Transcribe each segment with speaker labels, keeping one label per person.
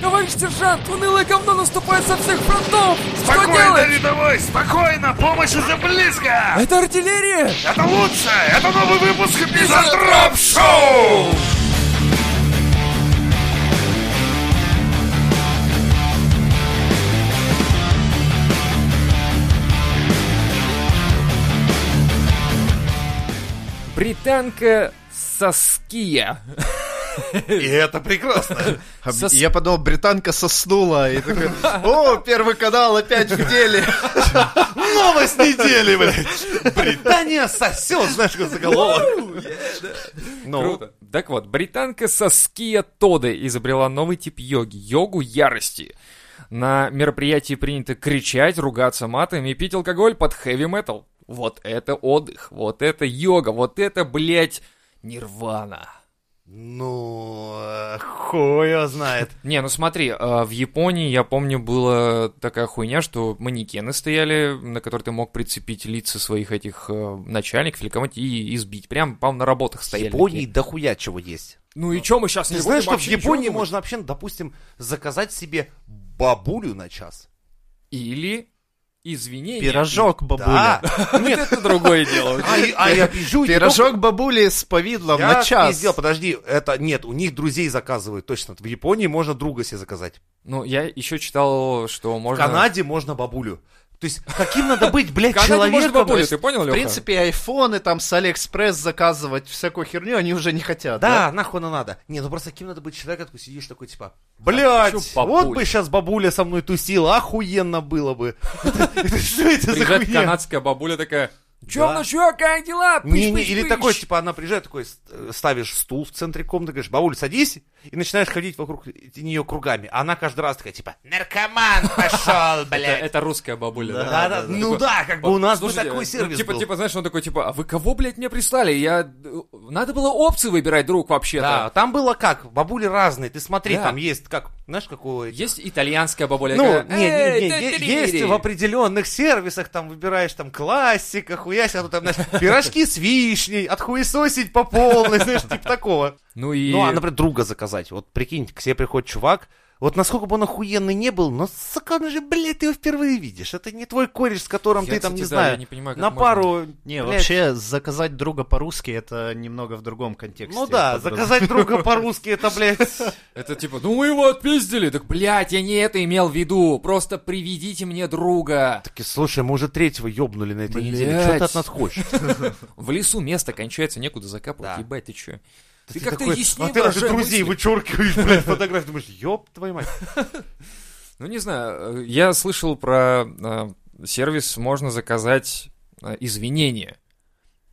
Speaker 1: Товарищ сержант, унылое говно наступает со всех фронтов! Что
Speaker 2: Спокойно,
Speaker 1: делать? А
Speaker 2: рядовой, спокойно, помощь уже близко!
Speaker 1: Это артиллерия!
Speaker 2: Это лучше! Это новый выпуск Мизантроп Шоу!
Speaker 1: Британка Соския.
Speaker 3: И это прекрасно. Об-
Speaker 1: Сос-
Speaker 3: Я подумал, британка соснула. И такой, о, первый канал опять в деле. Новость недели, блядь. Британия сосет, знаешь, как заголовок. Ну,
Speaker 1: Круто. Так вот, британка Соския Тоды изобрела новый тип йоги – йогу ярости. На мероприятии принято кричать, ругаться матами и пить алкоголь под хэви-метал. Вот это отдых, вот это йога, вот это, блядь, нирвана.
Speaker 3: Ну, э, хуй его знает.
Speaker 1: Не, ну смотри, э, в Японии, я помню, была такая хуйня, что манекены стояли, на которые ты мог прицепить лица своих этих э, начальников или кого-нибудь и избить. Прям, по-моему, на работах
Speaker 4: В
Speaker 1: стояли.
Speaker 4: Японии
Speaker 1: такие.
Speaker 4: дохуя чего есть.
Speaker 1: Ну и чё мы сейчас не
Speaker 4: Ты
Speaker 1: будем
Speaker 4: знаешь, что в
Speaker 1: вообще ничего
Speaker 4: Японии
Speaker 1: думать?
Speaker 4: можно вообще, допустим, заказать себе бабулю на час?
Speaker 1: Или извинения.
Speaker 3: Пирожок
Speaker 4: Да.
Speaker 3: бабуля.
Speaker 1: Нет, это другое дело.
Speaker 4: А, и- а я пизжу. и не
Speaker 3: Пирожок бабули с повидлом
Speaker 4: только- Я
Speaker 3: на час.
Speaker 4: пиздел, подожди, это нет, у них друзей заказывают точно. В Японии можно друга себе заказать.
Speaker 1: Ну, я еще читал, что
Speaker 4: В
Speaker 1: можно...
Speaker 4: Канаде можно бабулю. То есть, каким надо быть, блядь,
Speaker 1: Канаде можно
Speaker 4: человеком?
Speaker 1: бабулю, ты понял,
Speaker 3: В
Speaker 1: Лёха?
Speaker 3: принципе, айфоны там с Алиэкспресс заказывать всякую херню они уже не хотят.
Speaker 4: Да, нахуй оно надо. Не, ну просто каким надо быть человеком, такой сидишь такой, типа, блядь,
Speaker 1: Хочу бабуль».
Speaker 4: вот бы сейчас бабуля со мной тусила, охуенно было бы. Это Что это за
Speaker 1: Приезжает
Speaker 4: хуйня?
Speaker 1: канадская бабуля такая... Чё,
Speaker 4: Да.
Speaker 1: ну чё, как дела? Пыщ,
Speaker 4: Не, не,
Speaker 1: пыщ,
Speaker 4: или
Speaker 1: пыщ.
Speaker 4: такой, типа, она приезжает, такой, с- э, ставишь стул в центре комнаты, говоришь, бабуль, садись, и начинаешь ходить вокруг нее кругами. А она каждый раз такая, типа, наркоман пошел,
Speaker 1: Это,
Speaker 4: блядь.
Speaker 1: это русская бабуля.
Speaker 4: Да, да, ну да, как бы у нас бы
Speaker 1: Слушайте,
Speaker 4: такой
Speaker 1: ну,
Speaker 4: сервис
Speaker 1: типа,
Speaker 4: был.
Speaker 1: типа, знаешь, он такой, типа, а вы кого, блядь, мне прислали? Я... э, Надо было опции выбирать, друг,
Speaker 4: Да,
Speaker 1: вообще-то.
Speaker 4: там было как, бабули разные, ты смотри,
Speaker 1: Да.
Speaker 4: там есть, как, знаешь, какой... типа,
Speaker 1: Есть итальянская бабуля.
Speaker 4: Ну,
Speaker 1: такая,
Speaker 4: не, не, не,
Speaker 1: «Эй,
Speaker 4: е-
Speaker 1: ты-
Speaker 4: есть
Speaker 1: ты-
Speaker 4: в определенных сервисах, там выбираешь там классика, хуясь, а то там, знаешь, пирожки с вишней, отхуесосить по полной, знаешь, типа такого.
Speaker 1: Ну и...
Speaker 4: Ну, а, например, друга заказать. Вот прикинь, к себе приходит чувак, вот насколько бы он охуенный не был, но, сука, он же, блядь, ты его впервые видишь. Это не твой кореш, с которым
Speaker 1: Я,
Speaker 4: ты там,
Speaker 1: кстати,
Speaker 4: не
Speaker 1: да, я
Speaker 4: знаю,
Speaker 1: не понимаю, как
Speaker 4: на
Speaker 1: можно.
Speaker 4: пару...
Speaker 3: Не,
Speaker 4: блядь,
Speaker 3: вообще заказать друга по-русски это немного в другом контексте.
Speaker 4: Ну да, заказать друга по-русски, это, блядь...
Speaker 1: Это типа, ну мы его отпиздили. Так, блядь, я не это имел в виду. Просто приведите мне друга.
Speaker 4: Таки, слушай, мы уже третьего ёбнули на этой
Speaker 1: Блядь.
Speaker 4: неделе, что ты от нас хочешь?
Speaker 1: В лесу место кончается, некуда закапывать.
Speaker 4: Да.
Speaker 1: Ебать, ты чё? Ты,
Speaker 4: Ты
Speaker 1: как-то
Speaker 4: такой,
Speaker 1: яснее
Speaker 4: а ты даже
Speaker 1: выражай мысли.
Speaker 4: друзей вычеркиваешь, блядь, фотографии. Думаешь, ёб твою мать.
Speaker 1: Ну, не знаю. э, Я слышал про э, сервис «Можно заказать э, извинения».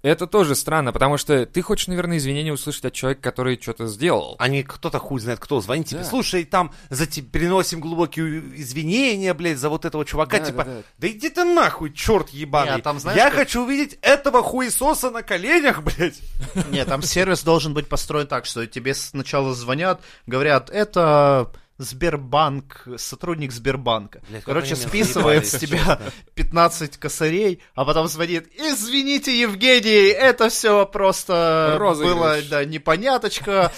Speaker 1: Это тоже странно, потому что ты хочешь, наверное, извинения услышать от человека, который что-то сделал.
Speaker 4: А не кто-то хуй знает кто звонит тебе.
Speaker 1: Да.
Speaker 4: Слушай, там за тебя приносим глубокие извинения, блядь, за вот этого чувака.
Speaker 1: Да, да,
Speaker 4: типа, да,
Speaker 1: да.
Speaker 4: иди ты нахуй, черт ебаный.
Speaker 3: Не, а там знаешь,
Speaker 4: Я
Speaker 3: как-
Speaker 4: хочу увидеть этого хуесоса на коленях, блядь.
Speaker 3: Нет, там сервис должен быть построен так, что тебе сначала звонят, говорят, это Сбербанк, сотрудник Сбербанка.
Speaker 4: Блядь, как
Speaker 3: Короче,
Speaker 4: они меня
Speaker 3: списывает
Speaker 4: заебали,
Speaker 3: с
Speaker 4: если
Speaker 3: тебя 15 косарей, а потом звонит, извините, Евгений, это все просто
Speaker 1: Розыгрыш.
Speaker 3: было да, непоняточка,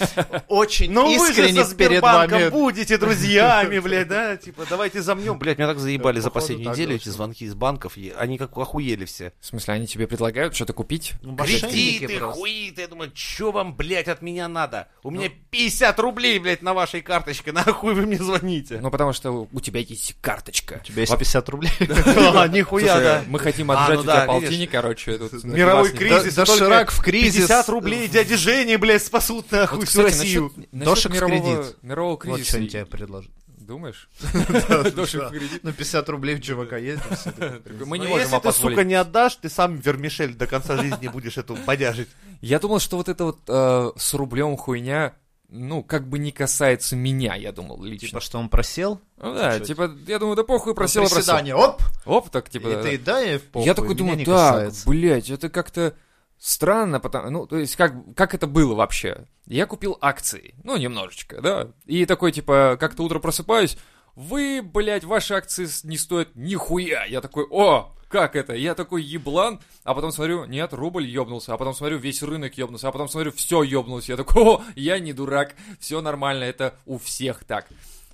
Speaker 3: очень
Speaker 4: Ну вы же
Speaker 3: искренне
Speaker 4: со
Speaker 3: перед
Speaker 4: Сбербанком
Speaker 3: вами.
Speaker 4: будете друзьями, блядь, да? Типа, давайте замнем. Блядь, меня так заебали за
Speaker 3: Походу,
Speaker 4: последнюю
Speaker 3: так
Speaker 4: неделю
Speaker 3: должно.
Speaker 4: эти звонки из банков. и Они как охуели все.
Speaker 1: В смысле, они тебе предлагают что-то купить?
Speaker 3: Ну, мошенники
Speaker 4: Кредиты,
Speaker 3: просто.
Speaker 4: хуи, ты думаю, что вам, блядь, от меня надо? У меня 50 рублей, блядь, на вашей карточке, нахуй вы мне звоните?
Speaker 1: Ну, потому что у тебя есть карточка.
Speaker 3: У тебя есть 50 рублей. Ну,
Speaker 4: А,
Speaker 1: Слушай,
Speaker 4: нихуя, да.
Speaker 1: Мы хотим
Speaker 4: А,
Speaker 1: отжать
Speaker 4: ну
Speaker 1: у
Speaker 4: да,
Speaker 1: тебя
Speaker 4: видишь.
Speaker 1: полтинник, короче. тут
Speaker 4: Мировой
Speaker 1: на-
Speaker 4: кризис.
Speaker 3: Да-
Speaker 4: только
Speaker 3: доширак в кризис.
Speaker 4: 50 рублей дяди Жени, блядь, спасут нахуй
Speaker 1: Вот,
Speaker 4: всю
Speaker 1: кстати,
Speaker 4: Россию.
Speaker 1: насчет- насчет
Speaker 3: Дошек в
Speaker 1: мирового,
Speaker 3: кредит.
Speaker 1: мирового
Speaker 3: Вот
Speaker 1: кризиса.
Speaker 3: что они тебе предложат.
Speaker 1: Думаешь? Дошек
Speaker 3: Дошек
Speaker 1: в кредит.
Speaker 3: Ну, 50 рублей в чувака есть. и всё такое.
Speaker 1: Мы не можем
Speaker 4: Но Ну, если
Speaker 1: вам
Speaker 4: ты,
Speaker 1: позволить.
Speaker 4: сука, не отдашь, ты сам вермишель до конца жизни будешь эту бодяжить.
Speaker 1: Я думал, что вот это вот э, с рублем хуйня, ну, как бы не касается меня, я думал, лично.
Speaker 3: Типа, что он просел?
Speaker 1: Ну да,
Speaker 3: что
Speaker 1: типа, я думаю, да похуй, просил, просил.
Speaker 3: Приседание, оп,
Speaker 1: Оп, так, типа... да,
Speaker 3: и ты, да, и похуй,
Speaker 1: Я такой
Speaker 3: меня
Speaker 1: думаю,
Speaker 3: не
Speaker 1: да,
Speaker 3: касается».
Speaker 1: блядь, это как-то странно, потому, ну, то есть, как, как это было вообще? Я купил акции, ну, немножечко, да, и такой, типа, как-то утро просыпаюсь, вы, блядь, ваши акции с- не стоят нихуя. Я такой, о, как это? Я такой еблан, а потом смотрю, нет, рубль ёбнулся, а потом смотрю, весь рынок ёбнулся, а потом смотрю, все ёбнулось. Я такой, о, я не дурак, все нормально, это у всех так.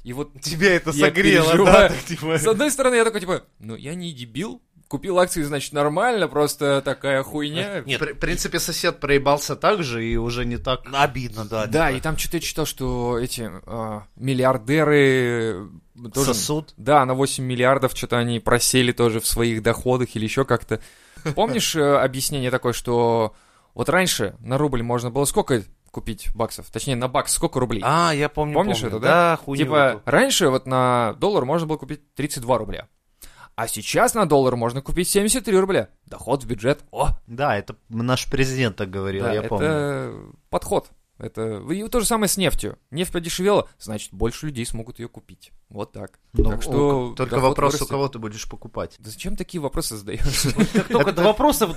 Speaker 1: И вот
Speaker 3: Тебя это
Speaker 1: Я
Speaker 3: согрело, да?
Speaker 1: переживаю.
Speaker 3: так, типа,
Speaker 1: С одной стороны, я такой, типа, ну я не дебил, купил акции, значит, нормально, просто такая хуйня.
Speaker 4: Нет,
Speaker 3: В принципе, сосед проебался так же и уже не так.
Speaker 4: обидно, да.
Speaker 1: Да, и там что-то я читал, что эти а, миллиардеры тоже...
Speaker 3: Сосуд.
Speaker 1: Да, на 8 миллиардов что-то они просели тоже в своих доходах или еще как-то. Помнишь э, объяснение такое, что вот раньше на рубль можно было сколько купить баксов? Точнее, на бакс сколько рублей?
Speaker 4: А, я помню,
Speaker 1: Помнишь
Speaker 4: помню.
Speaker 1: это, да?
Speaker 4: Да, хуйню
Speaker 1: Типа,
Speaker 4: эту.
Speaker 1: раньше вот на доллар можно было купить 32 рубля. А сейчас на доллар можно купить 73 рубля. Доход в бюджет. О,
Speaker 3: Да, это наш президент так говорил,
Speaker 1: да,
Speaker 3: я
Speaker 1: это
Speaker 3: помню.
Speaker 1: подход. Это и то же самое с нефтью. Нефть подешевела, значит, больше людей смогут ее купить. Вот так.
Speaker 3: Ну,
Speaker 1: так что
Speaker 3: ок. Только
Speaker 1: доход
Speaker 3: вопрос,
Speaker 1: вырастет.
Speaker 3: у кого ты будешь покупать.
Speaker 1: Да зачем такие вопросы задаешь?
Speaker 4: Как только до вопросов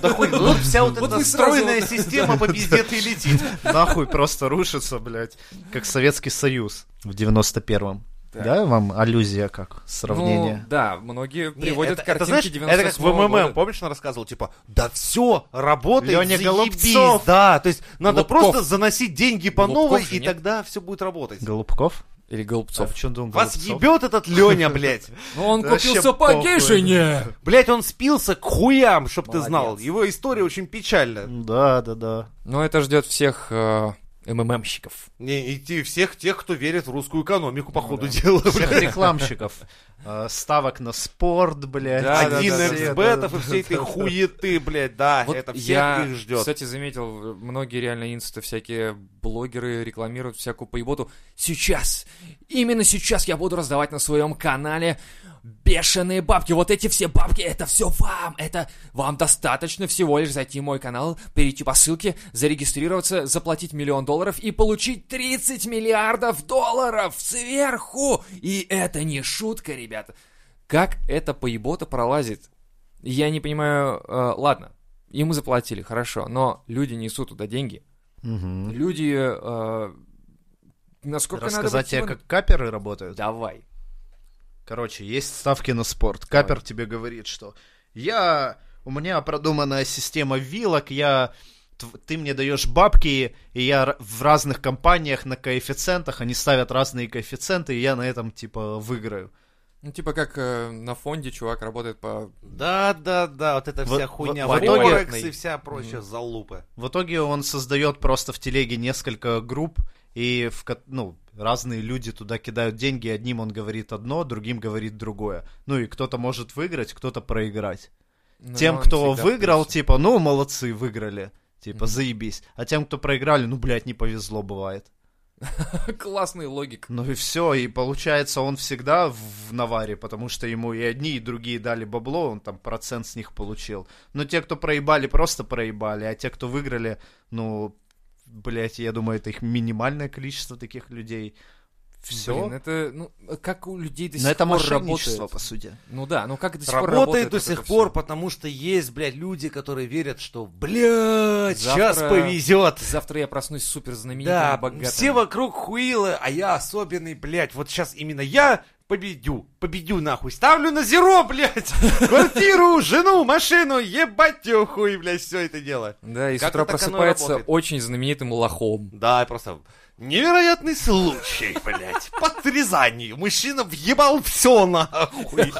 Speaker 4: доходит,
Speaker 3: Ну,
Speaker 4: вот вся вот
Speaker 1: Вот
Speaker 4: эта
Speaker 1: вы сразу
Speaker 4: стройная
Speaker 1: вот-
Speaker 4: система по пизде ты летит.
Speaker 3: Нахуй просто рушится, блядь, как Советский Союз в 91-м.
Speaker 1: Так.
Speaker 3: Да, вам аллюзия как, сравнение?
Speaker 1: Ну, да, многие
Speaker 4: Не,
Speaker 1: приводят
Speaker 4: это- это, знаешь,
Speaker 1: картинки
Speaker 4: Это как в
Speaker 1: 98-го
Speaker 4: МММ,
Speaker 1: года.
Speaker 4: помнишь, она рассказывала, типа, да все, работает,
Speaker 3: Лёня
Speaker 4: заебись».
Speaker 3: Голубцов.
Speaker 4: Да, то есть надо
Speaker 1: Голубков.
Speaker 4: просто заносить деньги по
Speaker 1: Голубков
Speaker 4: новой,
Speaker 1: же
Speaker 4: и
Speaker 1: нет.
Speaker 4: тогда все будет работать.
Speaker 1: Ну,
Speaker 3: Голубков?
Speaker 1: Или
Speaker 3: А
Speaker 1: Голубцов.
Speaker 3: в чем думал
Speaker 4: Вас
Speaker 3: Голубцов?
Speaker 4: ебет этот Леня, блядь.
Speaker 1: Ну, он
Speaker 3: Да
Speaker 1: купил
Speaker 3: вообще
Speaker 1: сапоги
Speaker 3: похуй.
Speaker 1: жене.
Speaker 4: Блядь, он спился к хуям, чтоб ты
Speaker 1: Молодец.
Speaker 4: знал. Его история очень печальна.
Speaker 3: Да, да, да.
Speaker 1: Но это ждет всех э, МММщиков.
Speaker 4: Не идти всех тех, кто верит в русскую экономику, по
Speaker 1: Ну
Speaker 4: ходу
Speaker 1: да.
Speaker 4: дела.
Speaker 3: Всех рекламщиков. Э, Ставок на спорт, блядь.
Speaker 1: Да, да,
Speaker 4: Один
Speaker 1: да,
Speaker 3: все,
Speaker 4: эксбетов
Speaker 3: да,
Speaker 4: и всей этой
Speaker 3: да, да.
Speaker 4: хуеты, блядь, да,
Speaker 1: Вот
Speaker 4: это
Speaker 1: я,
Speaker 4: всех их ждет.
Speaker 1: кстати, заметил, многие реально инсты, всякие блогеры рекламируют всякую поеботу. Сейчас, именно сейчас я буду раздавать на своем канале бешеные бабки. Вот эти все бабки, это все вам. Это вам достаточно всего лишь зайти в мой канал, перейти по ссылке, зарегистрироваться, заплатить миллион долларов и получить 30 миллиардов долларов сверху. И это не шутка, ребята. Как эта поебота пролазит? Я не понимаю, э, ладно, Ему заплатили, хорошо, но люди несут туда деньги.
Speaker 3: Мгм.
Speaker 1: Люди, э, насколько надо
Speaker 3: Рассказать
Speaker 1: быть
Speaker 3: тебе,
Speaker 1: силен-
Speaker 3: как каперы работают?
Speaker 1: Давай.
Speaker 3: Короче, есть ставки на спорт. Капер тебе говорит, что я... У меня продуманная система вилок, я... тв- Ты мне даешь бабки, и я р- в разных компаниях на коэффициентах, они ставят разные коэффициенты, и я на этом, типа, выиграю.
Speaker 1: Ну, типа как э, на фонде чувак работает по...
Speaker 4: Да, да, да, вот эта
Speaker 3: В-
Speaker 4: вся
Speaker 3: в-
Speaker 4: хуйня.
Speaker 3: в
Speaker 1: итоге-
Speaker 4: Форекс и вся прочая залупа.
Speaker 3: В итоге он создает просто в телеге несколько групп, и в, ко- ну, разные люди туда кидают деньги, и одним он говорит одно, другим говорит другое. Ну и кто-то может выиграть, кто-то проиграть.
Speaker 1: Ну,
Speaker 3: тем,
Speaker 1: он
Speaker 3: кто
Speaker 1: всегда в
Speaker 3: выиграл,
Speaker 1: плюсе.
Speaker 3: типа, ну, молодцы, выиграли. Типа,
Speaker 1: Мгм.
Speaker 3: заебись. А тем, кто проиграли, ну, блядь, не повезло бывает.
Speaker 1: Классный логик.
Speaker 3: Ну и все, и получается, он всегда в наваре, потому что ему и одни, и другие дали бабло, он там процент с них получил. Но те, кто проебали, просто проебали, а те, кто выиграли, ну, блядь, я думаю, это их минимальное количество таких людей. Все.
Speaker 1: Блин, это, ну, как у людей до
Speaker 3: Но
Speaker 1: сих
Speaker 3: это
Speaker 1: пор
Speaker 3: мошенничество,
Speaker 1: работает.
Speaker 3: по сути.
Speaker 1: Ну да, ну как до сих пор
Speaker 4: Работает
Speaker 1: работает
Speaker 4: до
Speaker 1: вот
Speaker 4: сих
Speaker 1: это
Speaker 4: пор,
Speaker 1: всё?
Speaker 4: потому что есть, блядь, люди, которые верят, что, блядь, сейчас
Speaker 1: Завтра-
Speaker 4: повезет.
Speaker 1: Завтра я проснусь супер знаменитым
Speaker 4: Да,
Speaker 1: и богатым.
Speaker 4: все вокруг хуилы, а я особенный, блядь. Вот сейчас именно я победю. Победю нахуй. Ставлю на зеро, блядь. Квартиру, жену, машину, ебать тебе хуй, блядь, все это дело.
Speaker 1: Да, и с
Speaker 4: Как-то
Speaker 1: утра
Speaker 4: так оно и
Speaker 1: просыпается
Speaker 4: работает.
Speaker 1: очень знаменитым лохом.
Speaker 4: Да, просто невероятный случай, блядь. Под Рязанью мужчина въебал все нахуй.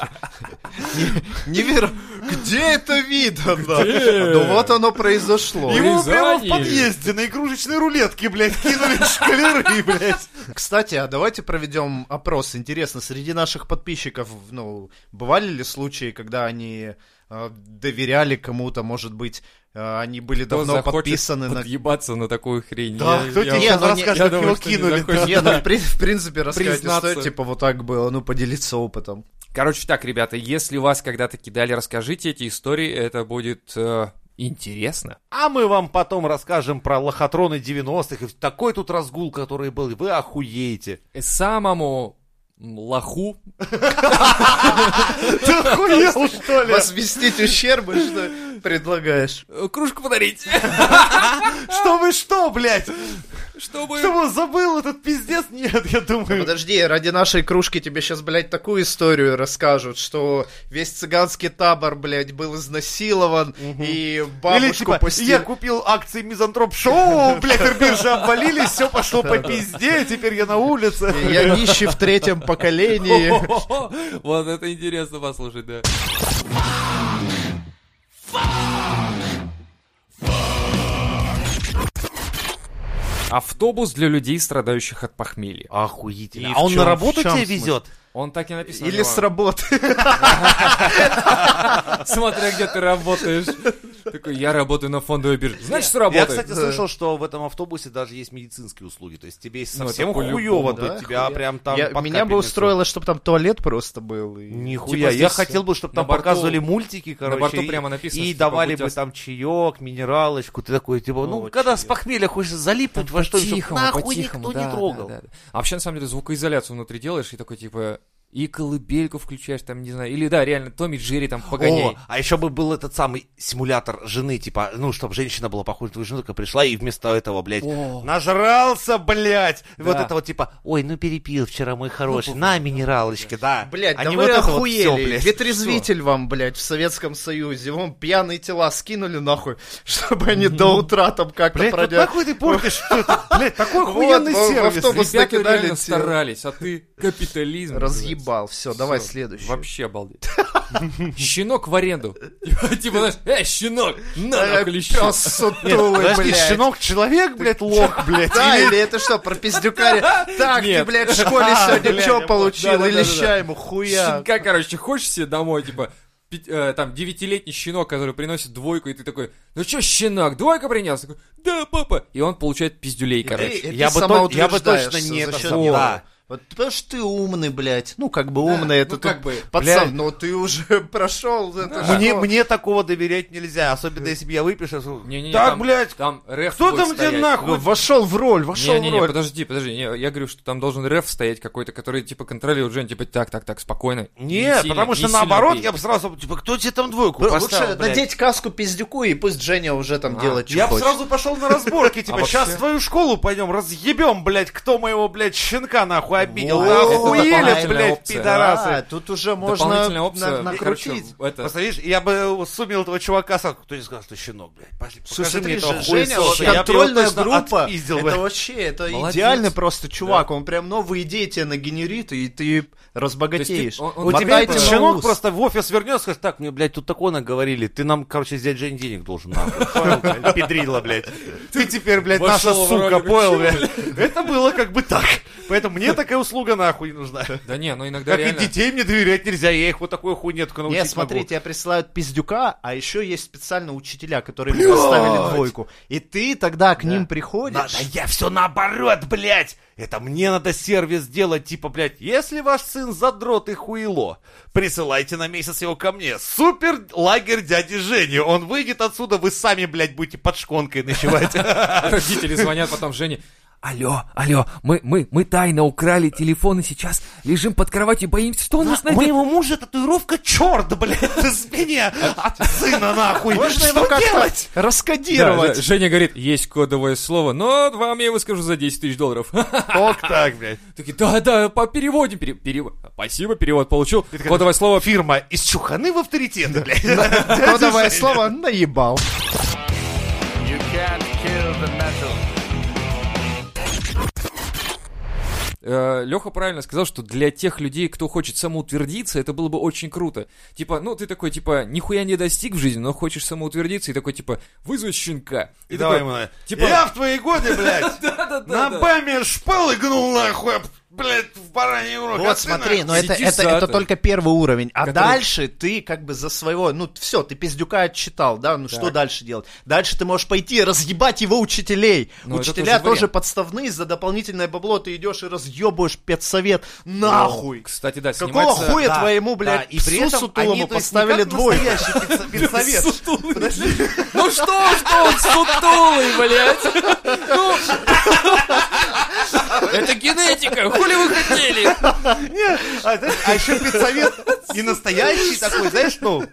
Speaker 3: Невер... Где это видно?
Speaker 1: Где?
Speaker 3: Ну вот оно произошло.
Speaker 4: Его прямо в
Speaker 1: Рязани.
Speaker 4: подъезде на игрушечной рулетке, блядь, кинули шкалеры, блядь.
Speaker 3: Кстати, а давайте проведем опрос. Интересно, среди наших подписчиков, ну, бывали ли случаи, когда они э, доверяли кому-то, может быть, э, они были
Speaker 1: Кто
Speaker 3: давно
Speaker 1: захочет
Speaker 3: подписаны на...
Speaker 1: подъебаться на такую хрень?
Speaker 4: Да,
Speaker 1: Я-
Speaker 4: кто
Speaker 1: я
Speaker 4: тебе
Speaker 1: вот
Speaker 4: сейчас
Speaker 3: ну, не-
Speaker 4: расскажет,
Speaker 1: я
Speaker 4: как
Speaker 1: думаю,
Speaker 4: его
Speaker 1: что не
Speaker 4: кинули?
Speaker 1: захочет.
Speaker 4: да?
Speaker 3: Не, ну, в при- в принципе, рассказать
Speaker 1: Признаться.
Speaker 3: историю, типа, вот так было, ну, поделиться опытом.
Speaker 1: Короче, так, ребята, если вас когда-то кидали, расскажите эти истории, это будет э, интересно.
Speaker 4: А мы вам потом расскажем про лохотроны 90-х и такой тут разгул, который был, и вы охуеете.
Speaker 1: И Самому м, лоху,
Speaker 4: Ты охуел, что ли?
Speaker 3: Возместить ущербы, что ли, предлагаешь?
Speaker 1: э, кружку подарить.
Speaker 4: Что вы что, блядь?
Speaker 1: Чтобы...
Speaker 4: Чтобы он забыл этот пиздец? Нет, я думаю.
Speaker 3: Подожди, ради нашей кружки тебе сейчас, блядь, такую историю расскажут, что весь цыганский табор, блядь, был изнасилован, и
Speaker 4: Или
Speaker 3: бабушку
Speaker 4: типа,
Speaker 3: постили-
Speaker 4: я купил акции Мизантроп Шоу, блядь, биржи обвалились, все пошло по пизде, теперь я на улице.
Speaker 3: И Я нищий в третьем поколении.
Speaker 1: Вот это интересно послушать, да. Автобус для людей, страдающих от похмелья.
Speaker 4: Охуительно.
Speaker 3: И
Speaker 4: А
Speaker 3: в
Speaker 4: он
Speaker 3: чём-
Speaker 4: на
Speaker 3: в
Speaker 4: работу
Speaker 3: чём
Speaker 4: тебя
Speaker 3: смысл?
Speaker 4: везет?
Speaker 1: Он так и написал.
Speaker 3: Или с работы.
Speaker 1: Смотря где ты работаешь. Такой, я работаю на фондовой бирже. Значит,
Speaker 4: Я,
Speaker 1: работает.
Speaker 4: кстати, слышал, что в этом автобусе даже есть медицинские услуги. То есть тебе если
Speaker 1: Ну, это
Speaker 4: совсем
Speaker 1: по-любому,
Speaker 4: хуёво,
Speaker 3: да,
Speaker 4: то тебя
Speaker 3: хуя.
Speaker 4: прям там
Speaker 3: Я-
Speaker 4: под
Speaker 3: Меня бы
Speaker 4: капельницу.
Speaker 3: устроило, чтобы там туалет просто был. и-
Speaker 1: Типа
Speaker 4: Нихуя, я
Speaker 1: здесь
Speaker 4: хотел бы, чтобы
Speaker 1: на
Speaker 4: там
Speaker 1: борту-
Speaker 4: показывали мультики, короче,
Speaker 1: борту
Speaker 4: и-
Speaker 1: прямо написано, типа,
Speaker 4: и
Speaker 1: что
Speaker 4: давали
Speaker 1: будь
Speaker 4: бы
Speaker 1: ос-
Speaker 4: там чаек, минералочку, ты такой, типа, ну,
Speaker 3: О,
Speaker 4: когда с похмелья хочется залипнуть во что нибудь
Speaker 1: По-тихому,
Speaker 4: нахуй
Speaker 1: по-тихому,
Speaker 4: никто
Speaker 1: да, да,
Speaker 4: не трогал.
Speaker 1: да, да. А вообще, на самом деле, звукоизоляцию внутри делаешь, и такой, типа, и колыбельку включаешь, там, не знаю, или, да, реально, Томми Джерри там погоняй.
Speaker 4: О, а еще бы был этот самый симулятор жены, типа, ну, чтобы женщина была похожа на твою жену, такая пришла и вместо этого, блядь,
Speaker 1: О.
Speaker 4: нажрался, блядь, вот
Speaker 1: Да. Ну,
Speaker 4: это вот, типа, ой, ну перепил вчера, мой хороший, на, минералочки, да.
Speaker 3: Блять,
Speaker 4: Они
Speaker 3: да
Speaker 4: вот
Speaker 3: вы
Speaker 4: это вот всё,
Speaker 3: охуели.
Speaker 4: блядь.
Speaker 3: Ветрезвитель вам, блядь, в Советском Союзе. Вон пьяные тела скинули нахуй, чтобы они до утра там как-то
Speaker 4: Блядь, вот
Speaker 3: продя...
Speaker 4: нахуй ты портишь, что это? блядь, такой
Speaker 3: Вот,
Speaker 4: охуенный
Speaker 3: в- в
Speaker 4: сервис.
Speaker 3: автобус
Speaker 1: Ребята
Speaker 3: накидали
Speaker 1: реально
Speaker 3: те.
Speaker 1: старались, а ты капитализм.
Speaker 3: Разъебал. Все, давай
Speaker 1: Всё.
Speaker 3: следующий.
Speaker 1: Вообще обалдеть. Щенок в аренду. Типа, знаешь, э, щенок, на
Speaker 3: Э,
Speaker 1: нахуй леща».
Speaker 3: пёс сутулый,
Speaker 4: Подожди,
Speaker 3: блядь.
Speaker 4: щенок человек, блядь, лох, блядь.
Speaker 3: Да,
Speaker 4: или-
Speaker 3: или это что, про пиздюкаря? Так, ты,
Speaker 1: Нет.
Speaker 3: блядь, в школе сегодня
Speaker 4: Блядь, я
Speaker 3: что
Speaker 4: понял.
Speaker 3: получил?
Speaker 1: Да-да-да-да.
Speaker 3: Или ща ему, хуя.
Speaker 1: Щенка, короче, хочешь себе домой, типа, пи- э, там, девятилетний щенок, который приносит двойку, и ты такой, ну чё, щенок, двойка принес? Такой, да, папа. И он получает пиздюлей, короче.
Speaker 3: Ты-
Speaker 4: я
Speaker 3: ты
Speaker 4: бы то- я бы
Speaker 3: самоутверждаешься
Speaker 4: точно не
Speaker 3: за
Speaker 4: это
Speaker 3: счёт
Speaker 4: самого.
Speaker 3: него.
Speaker 4: Да.
Speaker 3: Вот потому что ты умный, блядь. Ну, как бы умный, это
Speaker 1: ну,
Speaker 3: тут
Speaker 1: как бы,
Speaker 3: Пацан,
Speaker 4: блядь.
Speaker 3: но ты уже прошел.
Speaker 4: Мне, мне такого доверять нельзя, особенно если бы я выпишу. что-
Speaker 1: Не-не-не,
Speaker 4: так,
Speaker 1: там-
Speaker 4: блядь,
Speaker 1: Там реф
Speaker 4: кто
Speaker 1: будет
Speaker 4: там где
Speaker 1: стоять. ну.
Speaker 4: нахуй?
Speaker 3: вошел в роль, вошел в
Speaker 1: Не-не-не,
Speaker 3: роль.
Speaker 1: подожди, подожди, не, я говорю, что там должен реф стоять какой-то, который, типа, контролирует Жень, типа, так, так, так, спокойно.
Speaker 4: Нет,
Speaker 1: не сильно-
Speaker 4: потому
Speaker 1: не
Speaker 4: что
Speaker 1: сильно
Speaker 4: наоборот,
Speaker 1: бей».
Speaker 4: я бы сразу, типа, кто тебе там двойку
Speaker 3: Бро,
Speaker 4: поставил,
Speaker 3: Лучше
Speaker 4: блядь?
Speaker 3: надеть каску пиздюку, и пусть Женя уже там
Speaker 1: А,
Speaker 3: делает, что
Speaker 4: Я бы
Speaker 3: хочет.
Speaker 4: сразу пошел на разборки,
Speaker 1: А
Speaker 4: типа,
Speaker 1: вообще-
Speaker 4: сейчас в твою школу пойдем, разъебем, блядь, кто моего, блядь, щенка нахуй обидел.
Speaker 3: Вот,
Speaker 4: Да
Speaker 3: это
Speaker 4: Охуели,
Speaker 1: дополнительная
Speaker 4: блядь,
Speaker 1: опция.
Speaker 3: Да,
Speaker 4: пидорасы.
Speaker 3: тут уже можно
Speaker 1: Дополнительная опция, ну,
Speaker 3: на-
Speaker 1: короче,
Speaker 3: накрутить.
Speaker 1: это...
Speaker 4: Посмотришь, я бы сумел этого чувака, сразу, кто не сказал, что щенок, блядь, пошли, покажи
Speaker 3: Слушай,
Speaker 4: мне
Speaker 3: смотри,
Speaker 4: этого
Speaker 3: Же-
Speaker 4: хуя
Speaker 3: Женя, вот
Speaker 4: соуса, я бы его
Speaker 3: контрольная
Speaker 4: точно
Speaker 3: группа,
Speaker 4: отпиздил бы.
Speaker 3: это вообще, это
Speaker 1: Молодец.
Speaker 3: идеальный просто чувак, он прям новые идеи тебе нагенерит, и ты разбогатеешь.
Speaker 1: То есть ты- он-
Speaker 4: У
Speaker 1: он
Speaker 4: тебя
Speaker 1: Мотайте
Speaker 4: этот
Speaker 1: на
Speaker 4: щенок просто в офис вернется, скажет, так, мне, блядь, тут такое наговорили, ты нам, короче, взять Жень денег должен, нахуй. Понял, блядь? Педрила, блядь. Ты теперь, блядь, наша
Speaker 1: Вошел в роль,
Speaker 4: сука,
Speaker 1: говорю,
Speaker 4: понял,
Speaker 1: «Чё,
Speaker 4: блядь? Это было как бы так. Поэтому мне такая услуга нахуй не нужна.
Speaker 1: Да не, ну иногда
Speaker 4: Как и
Speaker 1: реально...
Speaker 4: детей мне доверять нельзя, я их вот такой хуйнетку научить
Speaker 3: Нет,
Speaker 4: могу.
Speaker 3: смотри, тебе присылают пиздюка, а еще есть специально учителя, которые мне поставили двойку. И ты тогда к ним
Speaker 4: Да,
Speaker 3: приходишь.
Speaker 4: да я все наоборот, блядь! Это мне надо сервис делать, типа, блядь, если ваш сын задрот и хуйло, присылайте на месяц его ко мне. Супер лагерь дяди Жени. Он выйдет отсюда, вы сами, блядь, будете под шконкой ночевать.
Speaker 1: Родители звонят потом Жене. Алло, алло, мы, мы, мы тайно украли телефон и сейчас лежим под кроватью, боимся, что он нас
Speaker 4: У
Speaker 1: найдет.
Speaker 4: моего мужа татуировка черт, блядь, на спине от сына нахуй.
Speaker 3: Можно его
Speaker 4: Что
Speaker 3: как-то
Speaker 4: делать?
Speaker 1: Да,
Speaker 3: раскодировать.
Speaker 1: Ж- Женя говорит, есть кодовое слово, но вам я его скажу за 10 тысяч долларов.
Speaker 4: Ок так, блядь.
Speaker 1: Такие, да, да, по переводим. пере- пере- Спасибо, перевод получил.
Speaker 4: такая,
Speaker 1: Кодовое слово.
Speaker 4: Фирма из чуханы в авторитеты, блядь.
Speaker 3: Кодовое слово наебал.
Speaker 1: Леха Э, правильно сказал, что для тех людей, кто хочет самоутвердиться, это было бы очень круто. Типа, ну ты такой, типа, нихуя не достиг в жизни, но хочешь самоутвердиться, и такой, типа, вызвать щенка.
Speaker 4: И давай
Speaker 1: такой,
Speaker 4: ему,
Speaker 1: типа-
Speaker 4: я в твои годы, блядь,
Speaker 1: да,
Speaker 4: на
Speaker 1: да.
Speaker 4: баме шпалы гнул нахуй, а, блядь, в бараний урок. а
Speaker 3: Вот
Speaker 4: ты
Speaker 3: смотри, ну.
Speaker 4: нахуй.
Speaker 3: но это,
Speaker 1: Сидишь
Speaker 3: это,
Speaker 1: за
Speaker 3: это
Speaker 1: это.
Speaker 3: только первый уровень. А
Speaker 1: Который-
Speaker 3: дальше ты как бы за своего, ну все, ты пиздюка отчитал, да, ну что дальше делать? Дальше ты можешь пойти и разъебать его учителей.
Speaker 1: Ну, это
Speaker 3: Учителя
Speaker 1: тоже
Speaker 3: тоже
Speaker 1: вариант.
Speaker 3: подставные, за дополнительное бабло ты идешь и разъебываешь педсовет. Нахуй!
Speaker 1: Кстати, да,
Speaker 3: Какого
Speaker 1: снимается...
Speaker 3: хуя
Speaker 4: да,
Speaker 3: твоему, блядь,
Speaker 4: да, и при
Speaker 3: псу
Speaker 4: этом
Speaker 3: сутулому
Speaker 4: они, то есть, не
Speaker 3: поставили
Speaker 4: как
Speaker 3: двойку?
Speaker 4: настоящий педс- педсовет.
Speaker 1: Ну что, ж он сутулый, блядь? Ну, это генетика, хули вы хотели?
Speaker 4: А, знаешь, а еще педсовет не настоящий такой, знаешь, ну,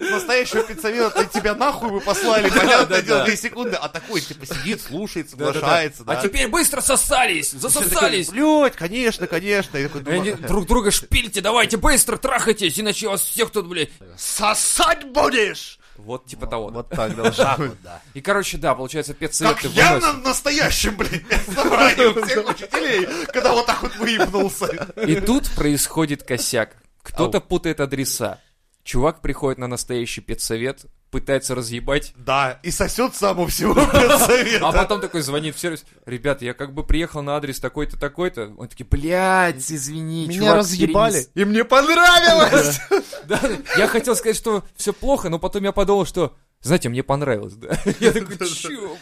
Speaker 3: Настоящего пиццамена ты типа, тебя нахуй бы послали, понятное
Speaker 1: да,
Speaker 3: дело,
Speaker 1: да.
Speaker 3: две секунды. А такой, типа, сидит, слушает,
Speaker 1: Да-да-да.
Speaker 3: соглашается, да.
Speaker 1: А теперь быстро сосались, засосались.
Speaker 3: Блять, конечно, конечно. Я такой
Speaker 1: Они
Speaker 3: думаю,
Speaker 1: Ну, друг друга шпильте, давайте быстро трахайтесь, иначе вас всех тут, блядь...
Speaker 3: Сосать будешь!
Speaker 1: Вот типа того.
Speaker 3: Ну, Вот так должно быть.
Speaker 1: И, короче, да, получается,
Speaker 3: Как
Speaker 1: спецсоветы
Speaker 3: я на
Speaker 1: выносят.
Speaker 3: настоящем, блядь, собрании всех учителей, когда вот так вот выебнулся.
Speaker 1: И тут происходит косяк. Кто-то путает адреса. Чувак приходит на настоящий педсовет, пытается разъебать,
Speaker 3: Да, и сосет саму всего педсовета.
Speaker 1: а потом такой звонит в сервис. Ребят, я как бы приехал на адрес такой-то, такой-то. Он такие, блядь, извини, чувак, перенес».
Speaker 3: и мне понравилось!
Speaker 1: Да, я хотел сказать, что все плохо, но потом я подумал, что, знаете, мне понравилось, да. Я такой, чё?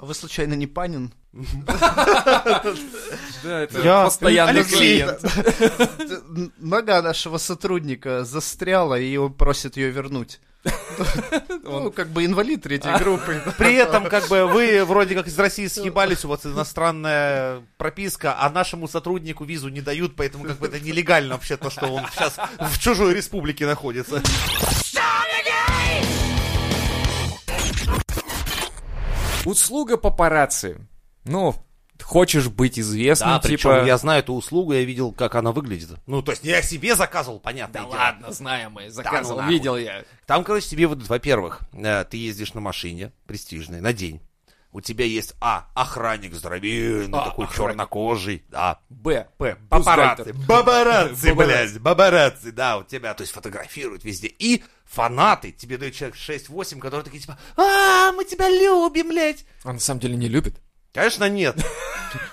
Speaker 5: Вы случайно не Панин?
Speaker 1: Да, это
Speaker 5: Я-
Speaker 1: постоянно
Speaker 3: Алексей,
Speaker 1: клиент.
Speaker 5: Нога нашего сотрудника застряла, и он просит ее вернуть. Ну, как бы инвалид третьей
Speaker 4: А.
Speaker 5: группы.
Speaker 4: При этом, как бы, вы вроде как из России съебались, у вас иностранная прописка, а нашему сотруднику визу не дают, поэтому как бы это нелегально вообще то, что он сейчас в чужой республике находится.
Speaker 1: Услуга папарацци. Ну, хочешь быть известным,
Speaker 4: Да,
Speaker 1: типа...
Speaker 4: причем я знаю эту услугу, я видел, как она выглядит. Ну, то есть не я себе заказывал, понятно.
Speaker 1: Да ладно, знаем мы, заказывал,
Speaker 4: нахуй.
Speaker 1: видел я.
Speaker 4: Там, короче, тебе выдают, во-первых, э, ты ездишь на машине престижной на день. У тебя есть, а, охранник здоровенный,
Speaker 1: А,
Speaker 4: такой
Speaker 1: охранник.
Speaker 4: чернокожий, да.
Speaker 1: Б.
Speaker 4: П,
Speaker 1: Бюстгальтер.
Speaker 4: папарацци, бабарацци, блядь, бабарацци, да, у тебя, то есть фотографируют везде. И фанаты, тебе дают человек 6-8, которые такие типа, а, мы тебя любим, блядь.
Speaker 1: А на самом деле не любит.
Speaker 4: Конечно, нет.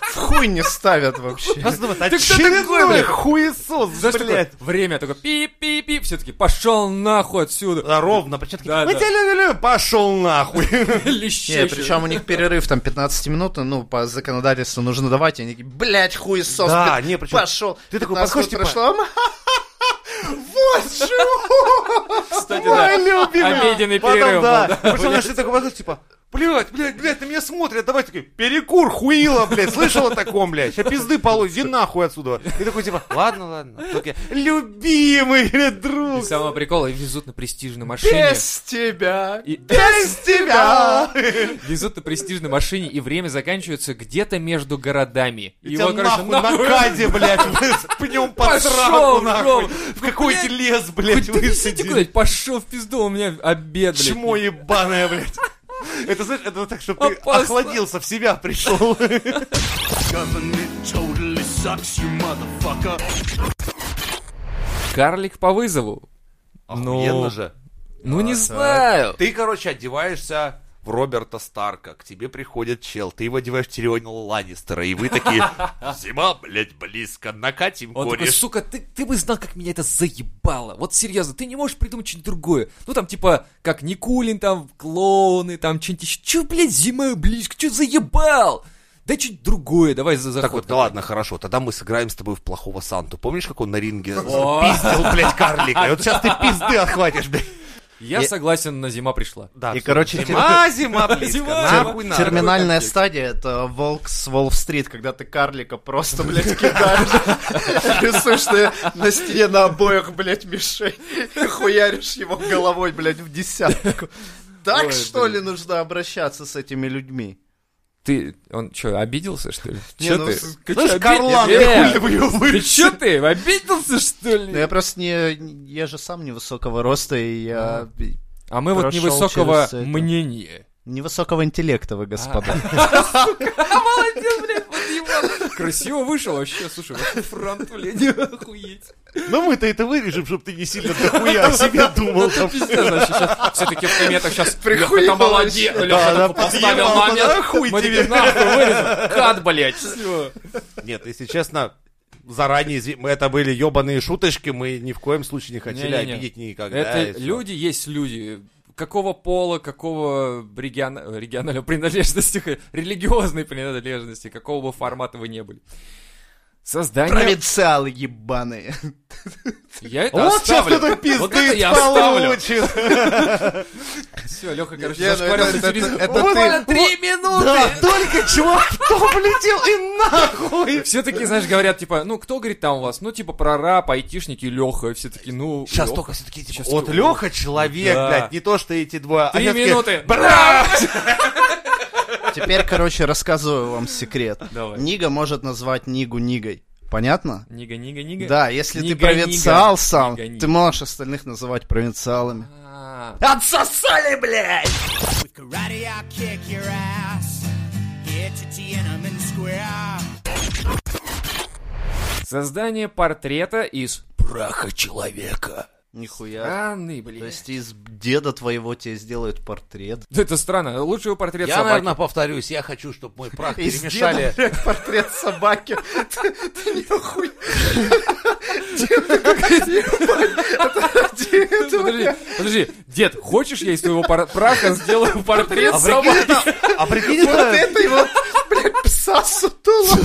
Speaker 5: В хуй не ставят вообще.
Speaker 4: Просто думают, а
Speaker 1: кто такой,
Speaker 4: очередной
Speaker 1: блядь?
Speaker 4: хуесос,
Speaker 1: Знаешь, такое
Speaker 4: блядь.
Speaker 1: время такое пип-пип-пип, все таки пошел нахуй отсюда.
Speaker 4: Да, Ровно, причем такие,
Speaker 1: Да,
Speaker 4: мы
Speaker 1: да.
Speaker 4: тебя любим, любим, пошел нахуй.
Speaker 1: Лещи.
Speaker 5: Не, причем у них перерыв там 15 минут, ну, по законодательству нужно давать, и они такие, блядь, хуесос,
Speaker 4: Да,
Speaker 5: ты
Speaker 4: не, причем-
Speaker 5: пошел.
Speaker 4: Ты такой
Speaker 5: 15 минут
Speaker 4: подходишь, типа,
Speaker 5: прошло, ам,
Speaker 1: Кстати, да. Обеденный перерыв
Speaker 4: Потом,
Speaker 1: был,
Speaker 4: да.
Speaker 1: да.
Speaker 4: Причем нашли такой вопрос, типа, блядь, блядь, блядь, на меня смотрят, давай такой, перекур, хуила, блядь, слышал о таком, блядь, сейчас пизды полой, иди нахуй отсюда. И такой, типа, ладно, ладно, только любимый, блядь,
Speaker 1: И
Speaker 4: друг.
Speaker 1: самого прикола, везут на престижной машине.
Speaker 5: без тебя,
Speaker 1: И
Speaker 5: без тебя.
Speaker 1: везут на престижной машине, и время заканчивается где-то между городами. И
Speaker 4: Тебя нахуй на каде, блядь, в пнем под
Speaker 1: Пошел,
Speaker 4: сраку, нахуй.
Speaker 1: Ром.
Speaker 4: В какой-то лес, блядь, высадили.
Speaker 1: Куда пошел в пизду, у меня обед, блядь.
Speaker 4: Чмо ебаное, блядь. Это, знаешь, это вот так, чтобы ты
Speaker 1: Опасно.
Speaker 4: охладился, в себя пришел.
Speaker 1: Карлик по вызову. Ну,
Speaker 4: же. а?
Speaker 1: Ну не знаю.
Speaker 4: Ты, короче, одеваешься в Роберта Старка, к тебе приходит чел, ты его одеваешь в Тириона Ланнистера, и вы такие, зима, блядь, близко, накатим,
Speaker 1: Он такой,
Speaker 4: кореш.
Speaker 1: сука, ты, ты бы знал, как меня это заебало. Вот серьезно, ты не можешь придумать что-нибудь другое. Ну там типа, как Никулин, там, клоуны, там, что-нибудь еще. Че, блядь, зима близко, че заебал? Дай что-нибудь другое, давай за заход.
Speaker 4: Так вот, да ладно, хорошо, тогда мы сыграем с тобой в плохого Санту. Помнишь, как он на ринге
Speaker 1: О.
Speaker 4: пиздил, блядь, карлика? И вот сейчас ты пизды отхватишь, блядь.
Speaker 1: Я согласен на зима пришла.
Speaker 4: Да,
Speaker 5: И,
Speaker 4: всё.
Speaker 5: короче, типа,
Speaker 4: зима, А, зима, близко,
Speaker 1: Зима,
Speaker 4: нахуй
Speaker 1: зима.
Speaker 4: надо.
Speaker 5: Терминальная стадия — это волк с Уолл-стрит, когда ты карлика просто, блядь, кидаешь, рисуешь на, на стене на обоях, блядь, мишень, и хуяришь его головой, блядь, в десятку. Так,
Speaker 1: Ой,
Speaker 5: что ли, нужно обращаться с этими людьми?
Speaker 1: Ты, он что, обиделся, что ли?
Speaker 5: Не,
Speaker 1: Че
Speaker 5: ну,
Speaker 1: ты?
Speaker 5: с-
Speaker 1: Ты
Speaker 4: Слышь,
Speaker 1: чё,
Speaker 4: Карлан,
Speaker 1: обиделся?
Speaker 4: я
Speaker 1: Э,
Speaker 4: хули бы её
Speaker 1: Ты
Speaker 4: вырезал.
Speaker 1: что ты, обиделся, что
Speaker 5: Ну, я
Speaker 1: ли?
Speaker 5: просто не... Я же сам невысокого роста, и я...
Speaker 1: А мы вот
Speaker 5: прошёл
Speaker 1: невысокого
Speaker 5: через это.
Speaker 1: мнения.
Speaker 5: Невысокого интеллекта вы,
Speaker 1: А,
Speaker 5: господа.
Speaker 1: Молодец, блядь, подъебал. Красиво вышел вообще, слушай, вообще фронт, блядь, охуеть.
Speaker 4: Ну мы-то это вырежем, чтобы ты не сильно дохуя о себе
Speaker 1: Ну,
Speaker 4: думал. там.
Speaker 1: Все-таки в комментах сейчас
Speaker 5: Прихуй
Speaker 1: Лёха,
Speaker 5: было
Speaker 1: молодец,
Speaker 5: вообще.
Speaker 1: Лёха, там поставил
Speaker 4: подъебал, да,
Speaker 1: момент.
Speaker 4: хуй
Speaker 1: Мы
Speaker 4: тебе.
Speaker 1: тебе нахуй вырезали. Кат, блядь. Всё.
Speaker 4: Нет, если честно, заранее изв- мы это были ебаные шуточки, мы ни в коем случае не хотели
Speaker 1: Не-не-не.
Speaker 4: обидеть никогда. и
Speaker 1: Это
Speaker 4: всё.
Speaker 1: люди есть люди. Какого пола, какого региона- региональной принадлежности, религиозной принадлежности, какого бы формата вы не были. Создание
Speaker 5: Провинциалы ебаные.
Speaker 1: Я это
Speaker 4: Вот сейчас
Speaker 1: оставлю.
Speaker 4: кто-то
Speaker 1: вот это
Speaker 4: пиздит
Speaker 1: я оставлю.
Speaker 4: получит.
Speaker 1: Все, Леха, короче,
Speaker 3: Не, ну
Speaker 1: зашкварился
Speaker 3: это- это-
Speaker 1: телевизор.
Speaker 3: это
Speaker 1: Буквально
Speaker 3: ты.
Speaker 1: три минуты!
Speaker 4: Да, только чувак кто полетел и нахуй.
Speaker 1: Все такие, знаешь, говорят, типа, ну, кто говорит там у вас? Ну, типа, прораб, айтишники, Леха. Все такие, ну,
Speaker 4: Сейчас
Speaker 1: Лёха.
Speaker 4: только все-таки типа,
Speaker 1: Сейчас
Speaker 4: вот
Speaker 1: только-
Speaker 4: Леха человек,
Speaker 1: Да.
Speaker 4: блядь, не то, что эти двое.
Speaker 1: Три
Speaker 4: Они такие,
Speaker 1: минуты.
Speaker 4: Бра!
Speaker 3: Теперь, короче, рассказываю вам секрет.
Speaker 1: Давай.
Speaker 3: Нига может назвать Нигу Нигой. Понятно?
Speaker 1: Нига, нига, нига.
Speaker 3: Да, если ты
Speaker 1: Нига-нига.
Speaker 3: провинциал сам,
Speaker 1: Нига-нига.
Speaker 3: ты можешь остальных называть провинциалами.
Speaker 1: А,
Speaker 3: Отсосали, блядь!
Speaker 6: With karate, I'll kick your ass. Here to Tiananmen Square.
Speaker 1: Создание портрета из праха человека.
Speaker 3: Нихуя.
Speaker 1: Странный,
Speaker 3: То
Speaker 1: блин.
Speaker 3: есть из деда твоего тебе сделают портрет.
Speaker 1: Ну, Это странно. Лучше его портрет
Speaker 4: Я,
Speaker 1: собаки.
Speaker 4: наверное, повторюсь, я хочу, чтобы мой прах
Speaker 3: Из
Speaker 4: перемешали.
Speaker 3: деда, блядь, портрет собаки. Ты ты не охуел. Дед, ты как ебать. Это дед,
Speaker 1: Подожди, подожди. Дед, хочешь, я из твоего пар- праха сделаю портрет
Speaker 4: А прикинь,
Speaker 1: собаки?
Speaker 4: это- а прикинь,
Speaker 3: Вот
Speaker 4: это-
Speaker 3: это его, блядь, пса сутула.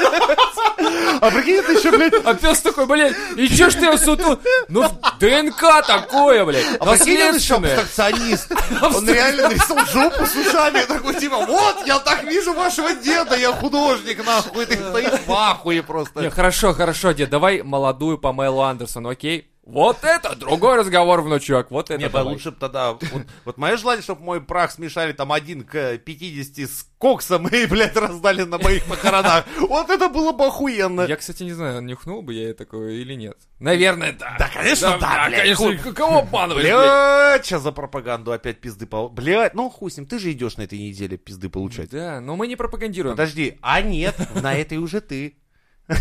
Speaker 4: а прикинь, это еще, блядь,
Speaker 1: А пес такой, блядь, и чё ж ты его сутул? Ну, ДНК такое, блядь,
Speaker 4: а прикинь, он еще
Speaker 1: наследственное.
Speaker 4: абстракционист. Он реально нарисовал жопу с ушами, такой, типа, вот, я так вижу вашего деда, я художник, нахуй, ты стоишь в ахуе
Speaker 1: Не,
Speaker 4: просто.
Speaker 1: хорошо, хорошо, дед, давай молодую по Мэлу Андерсону, окей? Вот это другой разговор, внучок, вот это
Speaker 4: Не, бы
Speaker 1: давай.
Speaker 4: лучше бы тогда... Вот, вот мое желание, чтобы мой прах смешали там один к 50 с коксом и, блядь, раздали на моих похоронах. Вот это было бы охуенно.
Speaker 1: Ну, Я, кстати, не знаю, нюхнул бы я это такое или нет. Наверное, да.
Speaker 4: Да, конечно, да, блядь, хуй.
Speaker 1: конечно. Кого обманываешь, блядь?
Speaker 4: Блядь, сейчас за пропаганду опять пизды пол... Блядь, ну хуй с ним, ты же идешь на этой неделе пизды получать.
Speaker 1: Да, но мы не пропагандируем.
Speaker 4: Подожди, а нет, на этой уже ты,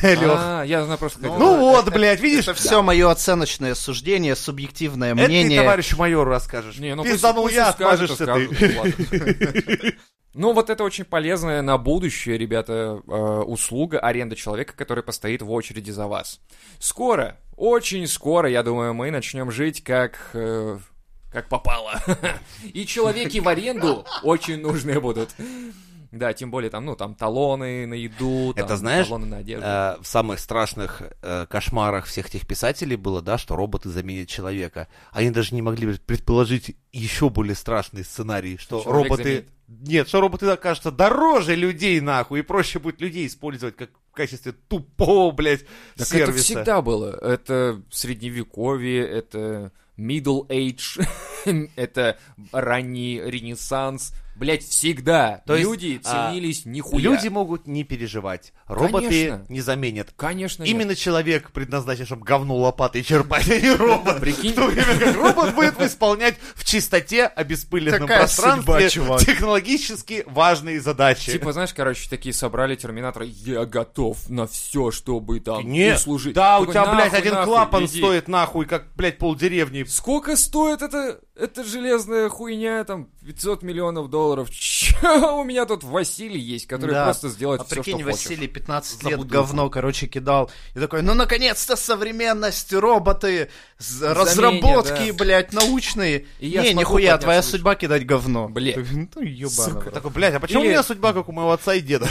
Speaker 4: Лех.
Speaker 1: А, я знаю просто... как это.
Speaker 4: Ну вот, блядь, видишь,
Speaker 3: Это все мое оценочное суждение, субъективное
Speaker 4: Это ты
Speaker 3: мнение.
Speaker 4: товарищу майору расскажешь.
Speaker 1: Не, ну
Speaker 4: Пизданул
Speaker 1: пусть-
Speaker 4: я,
Speaker 1: пусть скажет,
Speaker 4: откажешься
Speaker 1: скажет.
Speaker 4: ты.
Speaker 1: Ну, ладно, всё. Ну, вот это очень полезная на будущее, ребята, э, услуга аренда человека, который постоит в очереди за вас. Скоро, очень скоро, я думаю, мы начнем жить как... э, как попало. И человеки в аренду очень нужны будут. Да, тем более там, ну, там талоны на еду, там,
Speaker 4: Это знаешь,
Speaker 1: талоны на одежду.
Speaker 4: э, в самых страшных э, кошмарах всех тех писателей было, да, что роботы заменят человека. Они даже не могли предположить еще более страшный сценарий, что
Speaker 1: Человек
Speaker 4: роботы...
Speaker 1: заменит.
Speaker 4: Нет, что роботы окажутся дороже людей, нахуй, и проще будет людей использовать как в качестве тупого, блядь,
Speaker 1: Так
Speaker 4: сервиса.
Speaker 1: это всегда было. Это средневековье, это middle age, это ранний ренессанс. Блять, всегда
Speaker 4: То есть,
Speaker 1: люди
Speaker 4: а,
Speaker 1: ценились нихуя.
Speaker 4: Люди могут не переживать. Роботы
Speaker 1: Конечно.
Speaker 4: не заменят.
Speaker 1: Конечно, Ну, нет.
Speaker 4: Именно человек предназначен, чтобы говно лопатой черпать, а не робот.
Speaker 1: Прикинь.
Speaker 4: В то время как робот будет исполнять в чистоте, обеспыленном
Speaker 3: Такая
Speaker 4: пространстве
Speaker 3: судьба, чувак.
Speaker 4: технологически важные задачи.
Speaker 1: Типа, знаешь, короче, такие собрали терминатора. Я готов на все, чтобы там
Speaker 4: Не,
Speaker 1: не служить.
Speaker 4: да, у
Speaker 1: ну, Такой,
Speaker 4: тебя, блядь,
Speaker 1: «Нахуй,
Speaker 4: один
Speaker 1: нахуй,
Speaker 4: клапан
Speaker 1: иди».
Speaker 4: стоит нахуй, как, блядь, полдеревни.
Speaker 1: Сколько стоит эта, эта железная хуйня, там, 500 миллионов долларов? Чё? У меня тут Василий есть, который
Speaker 3: Да.
Speaker 1: просто сделает
Speaker 3: А
Speaker 1: все,
Speaker 3: прикинь,
Speaker 1: что
Speaker 3: Василий 15 лет
Speaker 1: Забудуху.
Speaker 3: говно, короче, кидал. И такой, ну, наконец-то современность, роботы, з- разработки,
Speaker 1: да.
Speaker 3: блядь, научные.
Speaker 1: И я
Speaker 3: не,
Speaker 1: смогу
Speaker 3: нихуя,
Speaker 1: подняться
Speaker 3: твоя
Speaker 1: выше.
Speaker 3: судьба кидать говно.
Speaker 1: Блядь.
Speaker 3: Ну, ёбаный в рот.
Speaker 4: Такой, блядь, а почему
Speaker 1: Или-
Speaker 4: у меня судьба, как у моего отца и деда?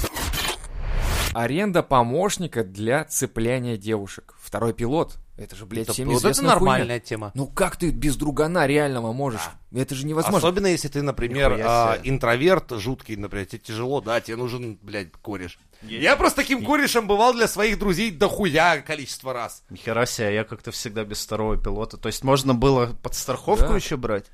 Speaker 1: хочешь. Аренда помощника для цепляния девушек. Второй пилот. Это же, блядь, всем
Speaker 4: Вот это
Speaker 1: известная хуйня.
Speaker 4: нормальная тема.
Speaker 1: Ну как ты без другана реального можешь? Это же невозможно.
Speaker 4: Особенно если ты, например,
Speaker 3: Нихуя
Speaker 4: а,
Speaker 3: себе.
Speaker 4: интроверт жуткий, например, тебе тяжело, да, тебе нужен, блядь, кореш. Я просто таким корешем бывал для своих друзей дохуя количество раз.
Speaker 3: Нихера себе, а я как-то всегда без второго пилота. То есть можно было подстраховку
Speaker 1: Да.
Speaker 3: еще брать?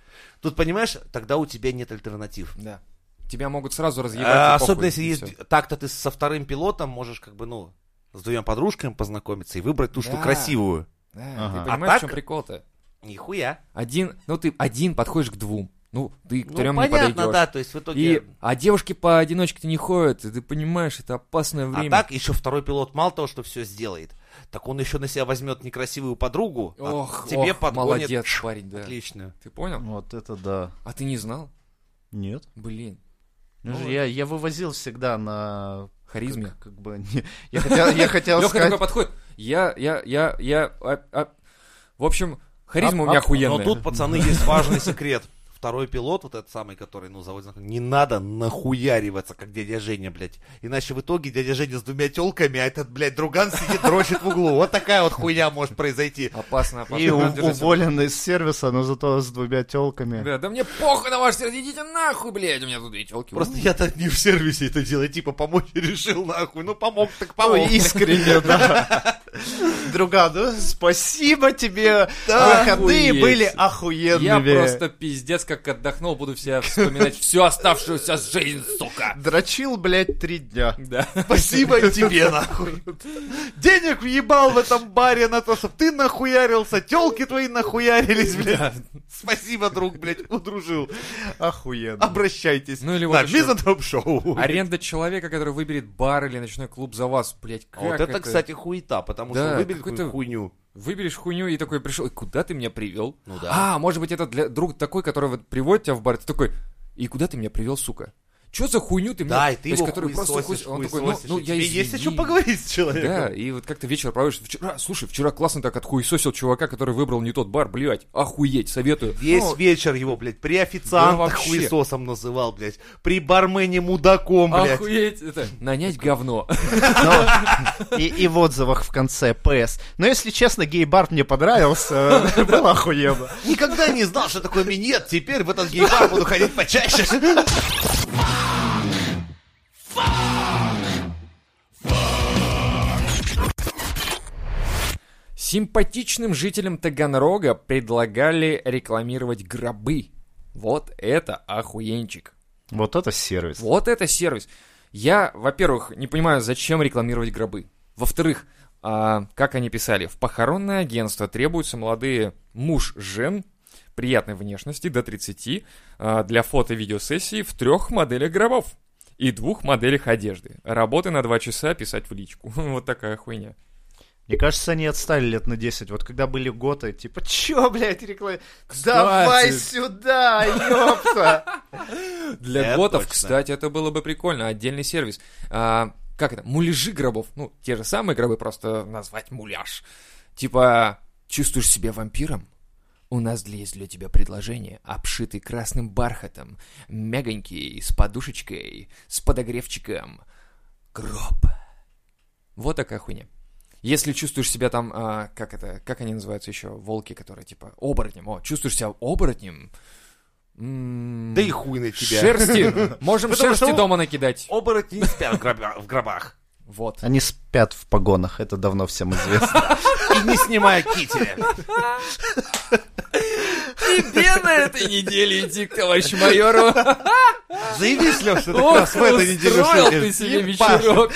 Speaker 4: Тут, понимаешь, тогда у тебя нет альтернатив.
Speaker 1: Да. Тебя могут сразу разъебать.
Speaker 4: А,
Speaker 1: и похуй,
Speaker 4: особенно если
Speaker 1: и
Speaker 4: есть...
Speaker 1: всё.
Speaker 4: Так-то ты со вторым пилотом можешь как бы, ну, с двумя подружками познакомиться и выбрать ту, что
Speaker 1: Да.
Speaker 4: красивую.
Speaker 1: Да,
Speaker 3: Ага.
Speaker 1: Ты
Speaker 4: А
Speaker 1: понимаешь, в чем
Speaker 4: так-
Speaker 1: прикол-то?
Speaker 4: Нихуя.
Speaker 1: Один, ну ты один подходишь к двум. Ну, ты к
Speaker 4: Ну,
Speaker 1: трем не
Speaker 4: понятно,
Speaker 1: подойдешь.
Speaker 4: да, то есть в итоге...
Speaker 1: И, а девушки поодиночке-то не ходят, и ты понимаешь, это опасное
Speaker 4: А
Speaker 1: время.
Speaker 4: так еще второй пилот мало того, что все сделает, так он еще на себя возьмет некрасивую подругу, а
Speaker 1: Ох,
Speaker 4: тебе
Speaker 1: ох,
Speaker 4: подгонит
Speaker 1: молодец, парень, да.
Speaker 4: отличную.
Speaker 1: Ты понял?
Speaker 3: Вот это да.
Speaker 1: А ты не знал?
Speaker 3: Нет.
Speaker 1: Блин,
Speaker 3: Ну, же я, я вывозил всегда на...
Speaker 1: харизме.
Speaker 3: Как, как бы... не- Я хотел, я хотел
Speaker 1: Леха
Speaker 3: сказать...
Speaker 1: такой подходит. Я, я, я, я... а- а- В общем, харизма
Speaker 3: Ап-
Speaker 1: у меня
Speaker 3: ап-
Speaker 4: А
Speaker 1: охуенная.
Speaker 4: Но тут, пацаны, есть важный секрет. второй пилот, вот этот самый, который, ну, заводит, знак, не надо нахуяриваться, как дядя Женя, блядь. Иначе в итоге дядя Женя с двумя телками, а этот, блядь, друган сидит, дрочит в углу. Вот такая вот хуйня может произойти.
Speaker 1: Опасно, опасно.
Speaker 3: И
Speaker 1: Надо
Speaker 3: у-
Speaker 1: держаться.
Speaker 3: уволен из сервиса, но зато с двумя телками.
Speaker 1: Да, да мне похуй на ваш сердце, идите нахуй, блядь, у меня тут две телки.
Speaker 4: Просто я-то не в сервисе это делаю, типа помочь решил нахуй, ну помог так помог.
Speaker 3: искренне, да. Друга, ну, спасибо тебе. Выходные
Speaker 1: Охуеть.
Speaker 3: были охуенными.
Speaker 1: Я просто пиздец как отдохнул, буду себя вспоминать всю оставшуюся жизнь, сука.
Speaker 3: Дрочил, блядь, три дня.
Speaker 1: Да.
Speaker 4: Спасибо и тебе, нахуй. Денег въебал в этом баре на то, чтобы ты нахуярился, телки твои нахуярились, блядь. Спасибо, друг, блядь, удружил.
Speaker 3: Охуенно.
Speaker 4: Обращайтесь.
Speaker 1: Ну или вот
Speaker 4: на
Speaker 1: еще.
Speaker 4: Мизантроп Шоу.
Speaker 1: Аренда человека, который выберет бар или ночной клуб за вас, блядь,
Speaker 4: А
Speaker 1: как
Speaker 4: вот это, кстати, хуета, потому
Speaker 1: Да, Ну,
Speaker 4: что выбери
Speaker 1: какой-то-
Speaker 4: какую-то хуйню.
Speaker 1: Выберешь хуйню и такой пришел, «И куда ты меня привел?
Speaker 4: Ну да.
Speaker 1: А, может быть, это для, друг такой, который вот приводит тебя в бар, ты такой, и куда ты меня привел, сука? Че за хуйню ты мне?
Speaker 4: Да, и ты
Speaker 1: То есть,
Speaker 4: его
Speaker 1: который просто
Speaker 4: хуесосишь,
Speaker 1: хуй- Он такой, ну,
Speaker 4: хуесосишь,
Speaker 1: ну
Speaker 4: и
Speaker 1: я
Speaker 4: тебе есть о
Speaker 1: извини».
Speaker 4: чем поговорить с человеком.
Speaker 1: Да, и вот как-то вечер проводишь. Вчера, а, слушай, вчера классно так отхуесосил чувака, который выбрал не тот бар, блядь, охуеть, советую.
Speaker 4: Весь
Speaker 1: Ну,
Speaker 4: вечер его, блядь, при официантах
Speaker 1: Да вообще.
Speaker 4: хуесосом называл, блядь, при бармене мудаком, блядь.
Speaker 1: Охуеть, это, нанять говно.
Speaker 3: И, и в отзывах в конце ПС. Но если честно, гей-бар мне понравился. Было охуенно.
Speaker 4: Никогда не знал, что такое минет. Теперь в этот гей-бар буду ходить почаще.
Speaker 1: Симпатичным жителям Таганрога предлагали рекламировать гробы. Вот это охуенчик.
Speaker 3: Вот это сервис.
Speaker 1: Вот это сервис. Я, во-первых, не понимаю, зачем рекламировать гробы. Во-вторых, а, как они писали, в похоронное агентство требуются молодые муж жен приятной внешности до 30 а, для фото-видеосессии в трех моделях гробов и двух моделях одежды. Работы на два часа писать в личку. Вот такая хуйня.
Speaker 3: Мне кажется, они отстали лет на 10. Вот когда были готы, типа, чё, блядь, реклама? Давай
Speaker 1: Кстати.
Speaker 3: сюда, ёпта!
Speaker 1: Для
Speaker 4: Это
Speaker 1: готов,
Speaker 4: точно.
Speaker 1: кстати, это было бы прикольно, отдельный сервис. А, как это? Муляжи гробов. Ну, те же самые гробы, просто назвать муляж. Типа, чувствуешь себя вампиром? У нас для- есть для тебя предложение, обшитый красным бархатом, мягонький, с подушечкой, с подогревчиком. Гроб. Вот такая хуйня. Если чувствуешь себя там, а, как это, как они называются еще, волки, которые типа оборотнем, о, чувствуешь себя оборотнем, М-м-м. м,
Speaker 4: Да и хуй на тебя.
Speaker 1: Шерсти. Можем
Speaker 4: Потому
Speaker 1: шерсти
Speaker 4: что он-
Speaker 1: дома накидать.
Speaker 4: Оборотни не спят в гроба- в гробах.
Speaker 1: Вот.
Speaker 3: Они спят в погонах, это давно всем известно.
Speaker 4: И не снимая кителя.
Speaker 1: Тебе на этой неделе идти к товарищу майору.
Speaker 4: Заявись, Лёш, что ты как
Speaker 1: Ох,
Speaker 4: раз в этой неделе
Speaker 1: устроил
Speaker 4: шутишь.
Speaker 1: ты себе
Speaker 4: Ебашь.
Speaker 1: вечерок.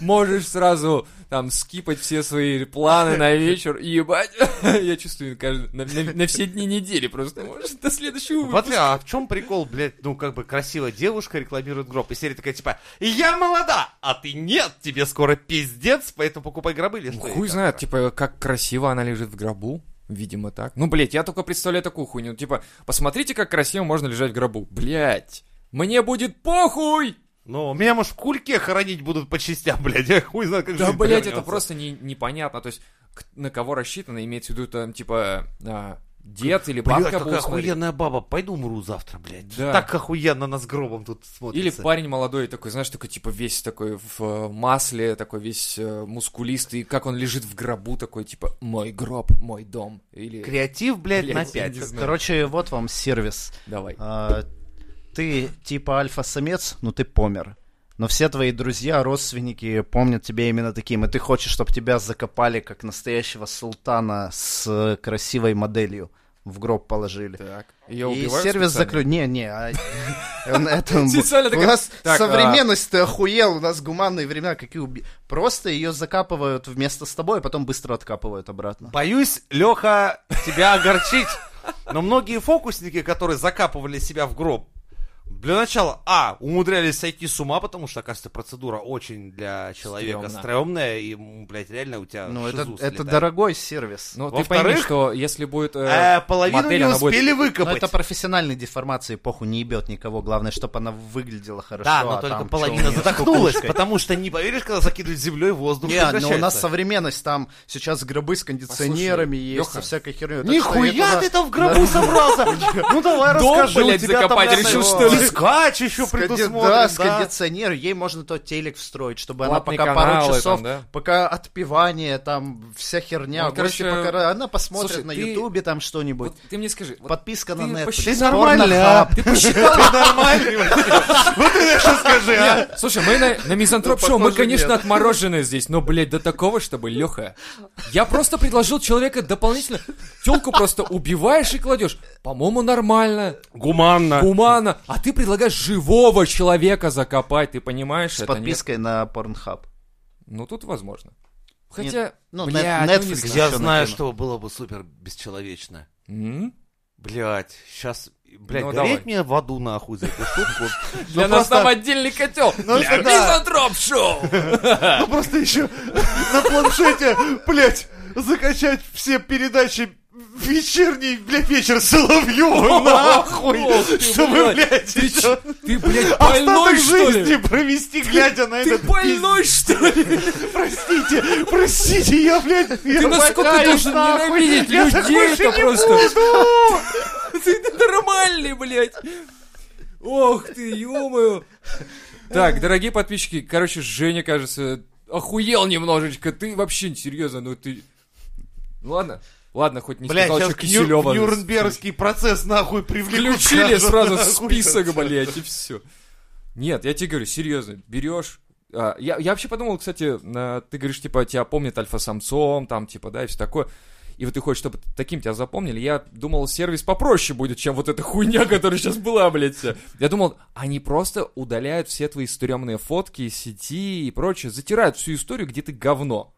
Speaker 1: Можешь сразу там скипать все свои планы на вечер. Ебать. Я чувствую, каждый- на, на- на все дни недели просто. Может, до следующего
Speaker 4: Вот,
Speaker 1: выпуска.
Speaker 4: Лё, а в чем прикол, блядь, ну, как бы красивая девушка рекламирует гроб, и серия такая, типа, я молода, а ты нет, тебе скоро пиздец, поэтому покупай гробы или
Speaker 1: Ну,
Speaker 4: что?
Speaker 1: Хуй
Speaker 4: это?
Speaker 1: знает, типа, как красиво она лежит в гробу. Видимо, так. Ну, блядь, я только представляю такую хуйню. Типа, посмотрите, как красиво можно лежать в гробу. Блядь. Мне будет похуй!
Speaker 4: Ну, меня, может, в кульке хоронить будут по частям, блядь, я хуй знает, как
Speaker 1: Да,
Speaker 4: жизнь
Speaker 1: блядь, это
Speaker 4: повернётся.
Speaker 1: просто не, непонятно. То есть, к- на кого рассчитано, имеется в виду, там, типа, а, дед или
Speaker 4: Блядь,
Speaker 1: бабка
Speaker 4: какая
Speaker 1: будут смотреть.
Speaker 4: охуенная баба, пойду умру завтра, блядь.
Speaker 1: Да.
Speaker 4: Так охуенно нас гробом тут
Speaker 1: Или
Speaker 4: смотрится.
Speaker 1: парень молодой такой, знаешь, такой, типа, весь такой в э, масле, такой весь э, мускулистый, как он лежит в гробу, такой, типа, мой гроб, мой дом. Или...
Speaker 4: Креатив, блядь,
Speaker 1: Блядь,
Speaker 4: на
Speaker 1: я
Speaker 4: пять.
Speaker 1: не знаю.
Speaker 3: Короче, вот вам сервис.
Speaker 1: Давай.
Speaker 3: А, Ты типа альфа-самец, но ты помер. Но все твои друзья, родственники помнят тебя именно таким, и ты хочешь, чтобы тебя закопали как настоящего султана с э, красивой моделью в гроб положили.
Speaker 1: Так. Её
Speaker 3: и
Speaker 1: убивают
Speaker 3: сервис
Speaker 1: специально?
Speaker 3: заклю... Не, не, а... на этом-
Speaker 1: Специально
Speaker 3: у
Speaker 1: такая-
Speaker 3: нас
Speaker 1: Так, а-
Speaker 3: современность, ты охуел, у нас гуманные времена, какие уби... Просто ее закапывают вместо с тобой, а потом быстро откапывают обратно.
Speaker 4: Боюсь, Леха, тебя огорчить. Но многие фокусники, которые закапывали себя в гроб, Для начала, а, умудрялись сойти с ума, потому что, оказывается, процедура очень для человека
Speaker 1: Стрёмно.
Speaker 4: стрёмная, и, м, блядь, реально у тебя
Speaker 5: Ну, это,
Speaker 4: шизу
Speaker 5: это
Speaker 4: слетает.
Speaker 5: дорогой сервис.
Speaker 1: Ну, ты
Speaker 4: Во-вторых,
Speaker 1: пойми, что если будет... э,
Speaker 4: Э, половину
Speaker 1: модель,
Speaker 4: не
Speaker 1: она будет-
Speaker 4: успели
Speaker 5: Но
Speaker 4: выкопать.
Speaker 5: ну, это профессиональной деформации эпоху не ебет никого. Главное, чтобы она выглядела хорошо.
Speaker 4: Да, но
Speaker 5: а
Speaker 4: только
Speaker 5: там
Speaker 4: половина
Speaker 5: чё у неё с
Speaker 4: задохнулась,
Speaker 5: кукушкой? ну,
Speaker 4: потому что не поверишь, когда закидывают землей воздух.
Speaker 5: Не, но у нас
Speaker 4: прекращается.
Speaker 5: современность, там сейчас гробы с кондиционерами есть, со
Speaker 1: Лёха,
Speaker 5: всякой херней. Так что это
Speaker 4: Нихуя
Speaker 5: на-
Speaker 4: ты там в гробу собрался! Ну давай
Speaker 1: Дом,
Speaker 4: расскажи, у
Speaker 1: блядь,
Speaker 4: тебя там
Speaker 1: закопать
Speaker 4: надо
Speaker 1: решил,
Speaker 4: его-
Speaker 1: что ли?
Speaker 4: Дискач еще
Speaker 5: с конди-
Speaker 4: предусмотрен,
Speaker 5: Да, с
Speaker 4: да.
Speaker 5: кондиционер, ей можно тот телек встроить, чтобы
Speaker 1: Платные
Speaker 5: она пока пару
Speaker 1: каналы
Speaker 5: часов,
Speaker 1: там, да?
Speaker 5: пока отпевание, там вся херня,
Speaker 1: Ну,
Speaker 5: гости
Speaker 1: короче,
Speaker 5: пока- она посмотрит
Speaker 1: слушай,
Speaker 5: на
Speaker 1: ты-
Speaker 5: ютубе там что-нибудь.
Speaker 1: вот ты мне скажи, вот
Speaker 5: Подписка
Speaker 1: ты
Speaker 5: на Netflix.
Speaker 1: посчитай
Speaker 5: Порнохаб.
Speaker 4: нормально,
Speaker 1: ты посчитал...
Speaker 4: Вот ты мне что скажи, а?
Speaker 1: Слушай, мы на, на мизантроп шоу, мы,
Speaker 5: Ну, похоже,
Speaker 1: конечно,
Speaker 5: нет.
Speaker 1: отморожены здесь, но, блядь, до такого, чтобы, Леха. Я просто предложил человека дополнительно. Телку просто убиваешь и кладешь. По-моему, нормально.
Speaker 4: Гуманно.
Speaker 1: Гуманно. А ты предлагаешь живого человека закопать, ты понимаешь?
Speaker 5: С
Speaker 1: это нет?
Speaker 5: подпиской на Pornhub.
Speaker 1: Ну, тут возможно. Хотя,
Speaker 5: ну,
Speaker 1: блядь,
Speaker 5: Net-
Speaker 1: ну, не
Speaker 5: Netflix.
Speaker 1: знаю.
Speaker 4: Я
Speaker 5: Еще
Speaker 4: знаю,
Speaker 5: накину.
Speaker 4: что было бы супер бесчеловечно.
Speaker 1: М?
Speaker 4: Блять, сейчас, блять,
Speaker 1: Ну, давай.
Speaker 4: гореть мне в аду нахуй за эту шутку. ну,
Speaker 1: Для нас там отдельный котел. Для мизантроп-шоу.
Speaker 4: Ну просто еще на планшете, блять, закачать все передачи вечерний, блядь, вечер Соловьева, Ну, нахуй,
Speaker 1: Ох ты,
Speaker 4: чтобы,
Speaker 1: блядь.
Speaker 4: блядь,
Speaker 1: Ты,
Speaker 4: еще
Speaker 1: ч- ты, блядь, больной,
Speaker 4: остаток
Speaker 1: что
Speaker 4: жизни
Speaker 1: ли?
Speaker 4: провести, глядя на
Speaker 1: Ты
Speaker 4: этот
Speaker 1: больной, что ли?
Speaker 4: Простите, простите, я, блядь,
Speaker 1: Ты насколько должен ненавидеть людей-то просто? Ты ты нормальный, блядь. Ох ты, ё Так, дорогие подписчики, короче, Женя, кажется, охуел немножечко. Ты вообще серьезно, ну ты... Ну ладно, ладно, хоть не
Speaker 4: Блядь,
Speaker 1: сказал,
Speaker 4: сейчас
Speaker 1: что Киселёва.
Speaker 4: Нюрнбергский процесс нахуй привлекут.
Speaker 1: Включили сразу
Speaker 4: сразу, нахуй.
Speaker 1: список, блядь, и все. Нет, я тебе говорю, серьезно, берешь. а, я, я вообще подумал, кстати, на- ты говоришь, типа, тебя помнят альфа-самцом, там, типа, да, и все такое. И вот ты хочешь, чтобы таким тебя запомнили. Я думал, сервис попроще будет, чем вот эта хуйня, которая сейчас была, блядь. вся. Я думал, они просто удаляют все твои стрёмные фотки из сети и прочее, затирают всю историю, где ты говно.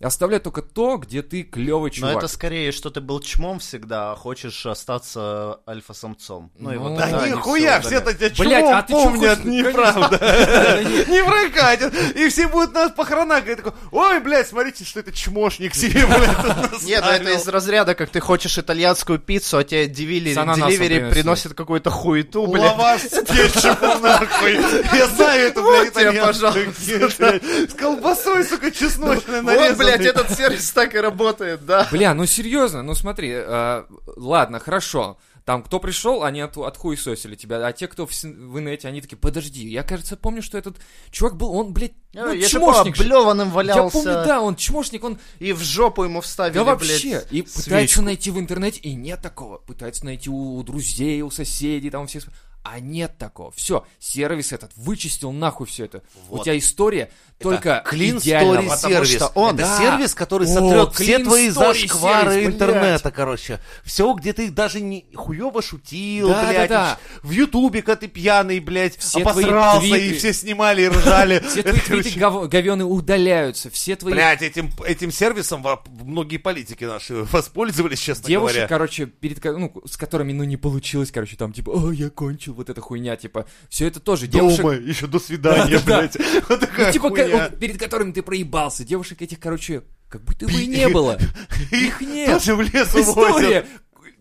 Speaker 1: И оставляют только то, где ты клевый
Speaker 5: Но
Speaker 1: чувак.
Speaker 5: это скорее, что ты был чмом всегда, а хочешь остаться альфа-самцом. Ну, и
Speaker 1: Ну,
Speaker 5: вот
Speaker 1: да
Speaker 5: тогда они
Speaker 4: Нихуя,
Speaker 5: всё
Speaker 4: все
Speaker 5: удаляют.
Speaker 4: это тебя
Speaker 1: Блядь,
Speaker 4: чмо
Speaker 1: а ты чё
Speaker 4: помнят,
Speaker 1: хочешь?
Speaker 4: неправда. Не прокатят. И все будут нас похоронах. И такой, ой, блядь, смотрите, что это чмошник себе, блядь, тут наставил».
Speaker 5: Нет, ну это из разряда, как ты хочешь итальянскую пиццу, а тебе
Speaker 1: С
Speaker 5: деливери,
Speaker 1: ананасом
Speaker 5: деливери
Speaker 1: приносят.
Speaker 5: приносит какую-то хуету, блядь.
Speaker 4: Лаваш с кетчупом, нахуй. Я знаю это,
Speaker 5: Вот
Speaker 4: блядь,
Speaker 5: тебе,
Speaker 4: итальянскую блядь. С колбасой, сука, чесночной нарезанной.
Speaker 5: Вот, блядь, этот сервис так и работает, да.
Speaker 1: Бля, ну серьезно, ну смотри, э, ладно, хорошо. Там кто пришел, они от, отхуесосили тебя, а те, кто в, син- в инете, они такие, подожди, я, кажется, помню, что этот чувак был, он, блядь, ну,
Speaker 5: Э, Я
Speaker 1: чмошник. же».
Speaker 5: облеванным
Speaker 1: Я помню,
Speaker 5: валялся,
Speaker 1: да, он чмошник, он,
Speaker 5: и в жопу ему вставили,
Speaker 1: да вообще,
Speaker 5: блядь,
Speaker 1: и
Speaker 5: свечку.
Speaker 1: пытается найти в интернете, и нет такого, пытается найти у, у друзей, у соседей, там у всех, а нет такого, все, сервис этот вычистил нахуй все это, у тебя история только
Speaker 4: Clean
Speaker 1: идеально,
Speaker 4: Story
Speaker 1: потому
Speaker 4: Service.
Speaker 1: что
Speaker 4: он
Speaker 1: Да.
Speaker 4: сервис, который
Speaker 1: О,
Speaker 4: сотрет все
Speaker 1: Clean
Speaker 4: твои
Speaker 1: Story
Speaker 4: зашквары
Speaker 1: Service, блядь.
Speaker 4: интернета, короче. Все, где ты даже не хуёво шутил,
Speaker 1: Да,
Speaker 4: блядь.
Speaker 1: да,
Speaker 4: В Ютубе, когда ты пьяный, блядь,
Speaker 1: Все твои
Speaker 4: обосрался, и
Speaker 1: твиты.
Speaker 4: все снимали и ржали.
Speaker 1: Все твои твиты
Speaker 4: Короче,
Speaker 1: гов- говёные удаляются, все твои
Speaker 4: Блядь, этим, этим сервисом во- многие политики наши воспользовались, честно
Speaker 1: девушек,
Speaker 4: говоря.
Speaker 1: короче, перед, ко- ну, с которыми, ну, не получилось, короче, там, типа, о, я кончил, вот эта хуйня, типа, все это тоже девушек,
Speaker 4: Дома, еще до свидания,
Speaker 1: Да, да.
Speaker 4: блядь. Вот такая
Speaker 1: ну, типа, ко-
Speaker 4: хуйня.
Speaker 1: вот перед которыми ты проебался, девушек этих, короче, как будто бы и не было. Их нет.
Speaker 4: Тоже в лес увозят.
Speaker 1: История,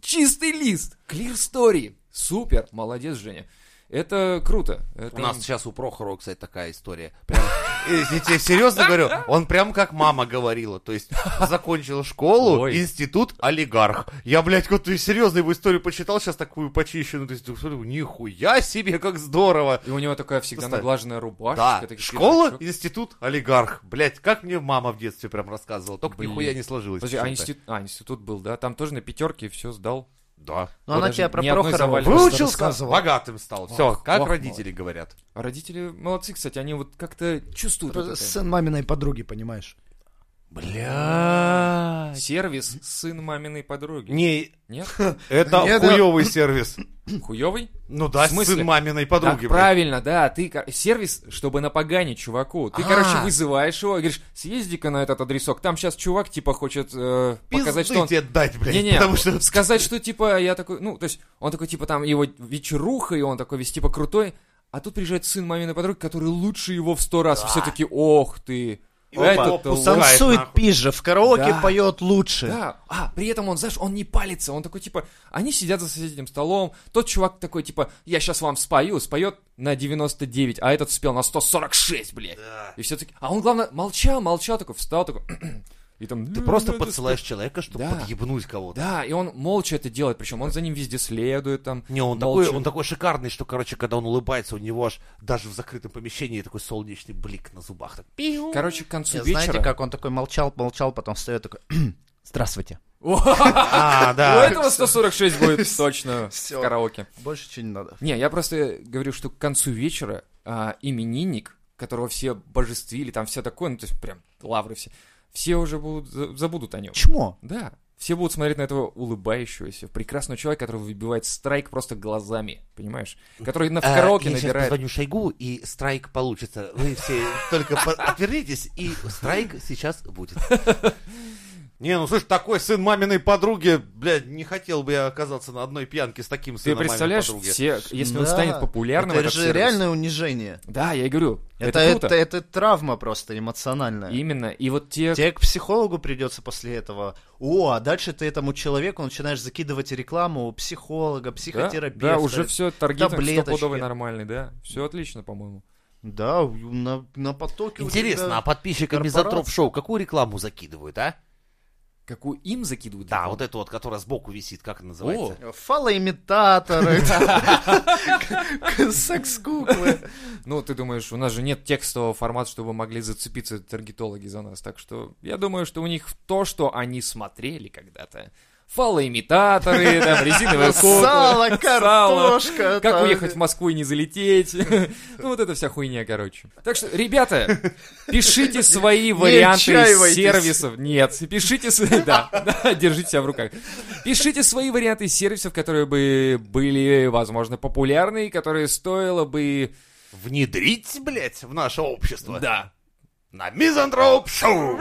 Speaker 1: чистый лист, clear story, супер, молодец, Женя. Это круто. Это-
Speaker 4: У нас сейчас у Прохорова, кстати, такая история. Прям, если тебе серьезно говорю, он прям как мама говорила. То есть закончил школу,
Speaker 1: Ой.
Speaker 4: институт, олигарх. Я, блядь, вот ты серьезно его историю почитал, сейчас такую почищенную. То есть, смотрю, нихуя себе, как здорово.
Speaker 1: И у него такая всегда
Speaker 4: Представь.
Speaker 1: наглаженная рубашка.
Speaker 4: Да,
Speaker 1: такие-
Speaker 4: школа,
Speaker 1: Подожди,
Speaker 4: институт, олигарх. Блядь, как мне мама в детстве прям рассказывала. Только
Speaker 1: Блин.
Speaker 4: нихуя не сложилось.
Speaker 1: а
Speaker 4: почему-то.
Speaker 1: институт, а, институт был, да? Там тоже на пятерке все сдал.
Speaker 4: Да.
Speaker 5: Ну, она
Speaker 1: Даже
Speaker 5: тебя про
Speaker 1: ни одной
Speaker 5: Прохорова
Speaker 1: завалил.
Speaker 4: Выучился,
Speaker 5: рассказывала.
Speaker 4: богатым стал. Все,
Speaker 1: Ох,
Speaker 4: как
Speaker 1: ох,
Speaker 4: родители говорят.
Speaker 1: А родители молодцы, кстати, они вот как-то чувствуют. вот это.
Speaker 5: Сын маминой подруги, понимаешь?
Speaker 4: Бля.
Speaker 1: Сервис «Сын маминой подруги».
Speaker 4: Не,
Speaker 1: Нет?
Speaker 4: это
Speaker 5: Мне, да.
Speaker 4: хуёвый сервис.
Speaker 1: Хуёвый?
Speaker 4: Ну да,
Speaker 1: В смысле?
Speaker 4: сын маминой
Speaker 1: Так,
Speaker 4: подруги. блядь.
Speaker 1: правильно, да, ты кор- сервис, чтобы напоганить чуваку.
Speaker 4: А.
Speaker 1: Ты, короче, вызываешь его и говоришь, съезди-ка на этот адресок, там сейчас чувак, типа, хочет э, показать,
Speaker 4: Пизды
Speaker 1: что он...
Speaker 4: тебе дать, блядь.
Speaker 1: Не-не,
Speaker 4: Потому что...
Speaker 1: сказать, что, типа, я такой, ну, то есть, он такой, типа, там, его вечеруха, и он такой весь, типа, крутой, а тут приезжает сын маминой подруги, который лучше его в сто раз, все таки ох ты, этот-то лох».
Speaker 4: Танцует
Speaker 5: Танцует
Speaker 4: нахуй.
Speaker 5: пизже, в караоке
Speaker 1: Да.
Speaker 5: поет лучше.
Speaker 1: Да, а, при этом он, знаешь, он не палится, он такой, типа, они сидят за соседним столом, тот чувак такой, типа, я сейчас вам спою, споет на 99, а этот спел на 146, блядь. И все таки а он, главное, молчал, молчал, такой, встал, такой, и там...
Speaker 4: Ты просто подсылаешь человека, чтобы
Speaker 1: Да.
Speaker 4: подъебнуть кого-то.
Speaker 1: Да, и он молча это делает, причем он за ним везде следует, там...
Speaker 4: Не, он
Speaker 1: молча.
Speaker 4: такой, он такой шикарный, что, короче, когда он улыбается, у него аж даже в закрытом помещении такой солнечный блик на зубах. Так, пиу.
Speaker 1: Короче, к концу
Speaker 5: Я
Speaker 1: вечера...
Speaker 5: Знаете, как он такой молчал, молчал, потом встает такой... «Хм, Здравствуйте.
Speaker 4: А,
Speaker 1: У
Speaker 4: да.
Speaker 1: этого 146 будет точно в
Speaker 5: Всё.
Speaker 1: караоке.
Speaker 5: Больше ничего не надо.
Speaker 1: Не, я просто говорю, что к концу вечера а, именинник, которого все божествили, там все такое, ну то есть прям лавры все, все уже будут, за- забудут о нем.
Speaker 5: Чмо.
Speaker 1: Да, все будут смотреть на этого улыбающегося, прекрасного человека, который выбивает страйк просто глазами, понимаешь? Который на в
Speaker 4: А,
Speaker 1: караоке
Speaker 4: я сейчас
Speaker 1: набирает.
Speaker 4: позвоню Шойгу, и страйк получится. Вы все только по- отвернитесь, и страйк сейчас будет. Не, ну слушай, такой сын маминой подруги, блядь, не хотел бы я оказаться на одной пьянке с таким
Speaker 1: Ты
Speaker 4: сыном маминой
Speaker 1: представляешь,
Speaker 4: подруги.
Speaker 1: все, если он
Speaker 5: Да.
Speaker 1: станет популярным,
Speaker 5: Это
Speaker 1: этот
Speaker 5: же
Speaker 1: сервис-
Speaker 5: реальное унижение.
Speaker 1: Да, я и говорю,
Speaker 5: Это,
Speaker 1: это,
Speaker 5: это,
Speaker 1: круто.
Speaker 5: это травма просто эмоциональная.
Speaker 1: Именно, и вот те,
Speaker 5: Тебе к психологу придется после этого. О, а дальше ты этому человеку начинаешь закидывать рекламу у психолога,
Speaker 1: да,
Speaker 5: психотерапевта.
Speaker 1: да, уже все, таргетинг
Speaker 5: таблеточки.
Speaker 1: стопудовый нормальный, да, все отлично, по-моему.
Speaker 5: Да, у- на, на потоке. у
Speaker 4: Интересно,
Speaker 5: тебя-
Speaker 4: а подписчикам
Speaker 5: корпорация.
Speaker 4: Мизантроп Шоу какую рекламу закидывают, а?
Speaker 1: Какую им закидывают?
Speaker 4: Да,
Speaker 1: рекламу?
Speaker 4: вот эту вот, которая сбоку висит, как она называется?
Speaker 5: Фалоимитаторы. Секс-куклы.
Speaker 1: Ну, ты думаешь, у нас же нет текстового формата, чтобы могли зацепиться таргетологи за нас. Так что я думаю, что у них то, что они смотрели когда-то. Фалоимитаторы, там, резиновые куклы.
Speaker 5: Сало,
Speaker 1: сало.
Speaker 5: картошка.
Speaker 1: Как
Speaker 5: там.
Speaker 1: уехать в Москву и не залететь. Ну, вот эта вся хуйня, короче. Так что, ребята, пишите свои варианты
Speaker 5: отчаивайтесь.
Speaker 1: сервисов. Нет, пишите... с- Да, да, держите себя в руках. Пишите свои варианты сервисов, которые бы были, возможно, популярны, и которые стоило бы...
Speaker 4: Внедрить, блядь, в наше общество.
Speaker 1: Да,
Speaker 4: На Мизантроп Шоу!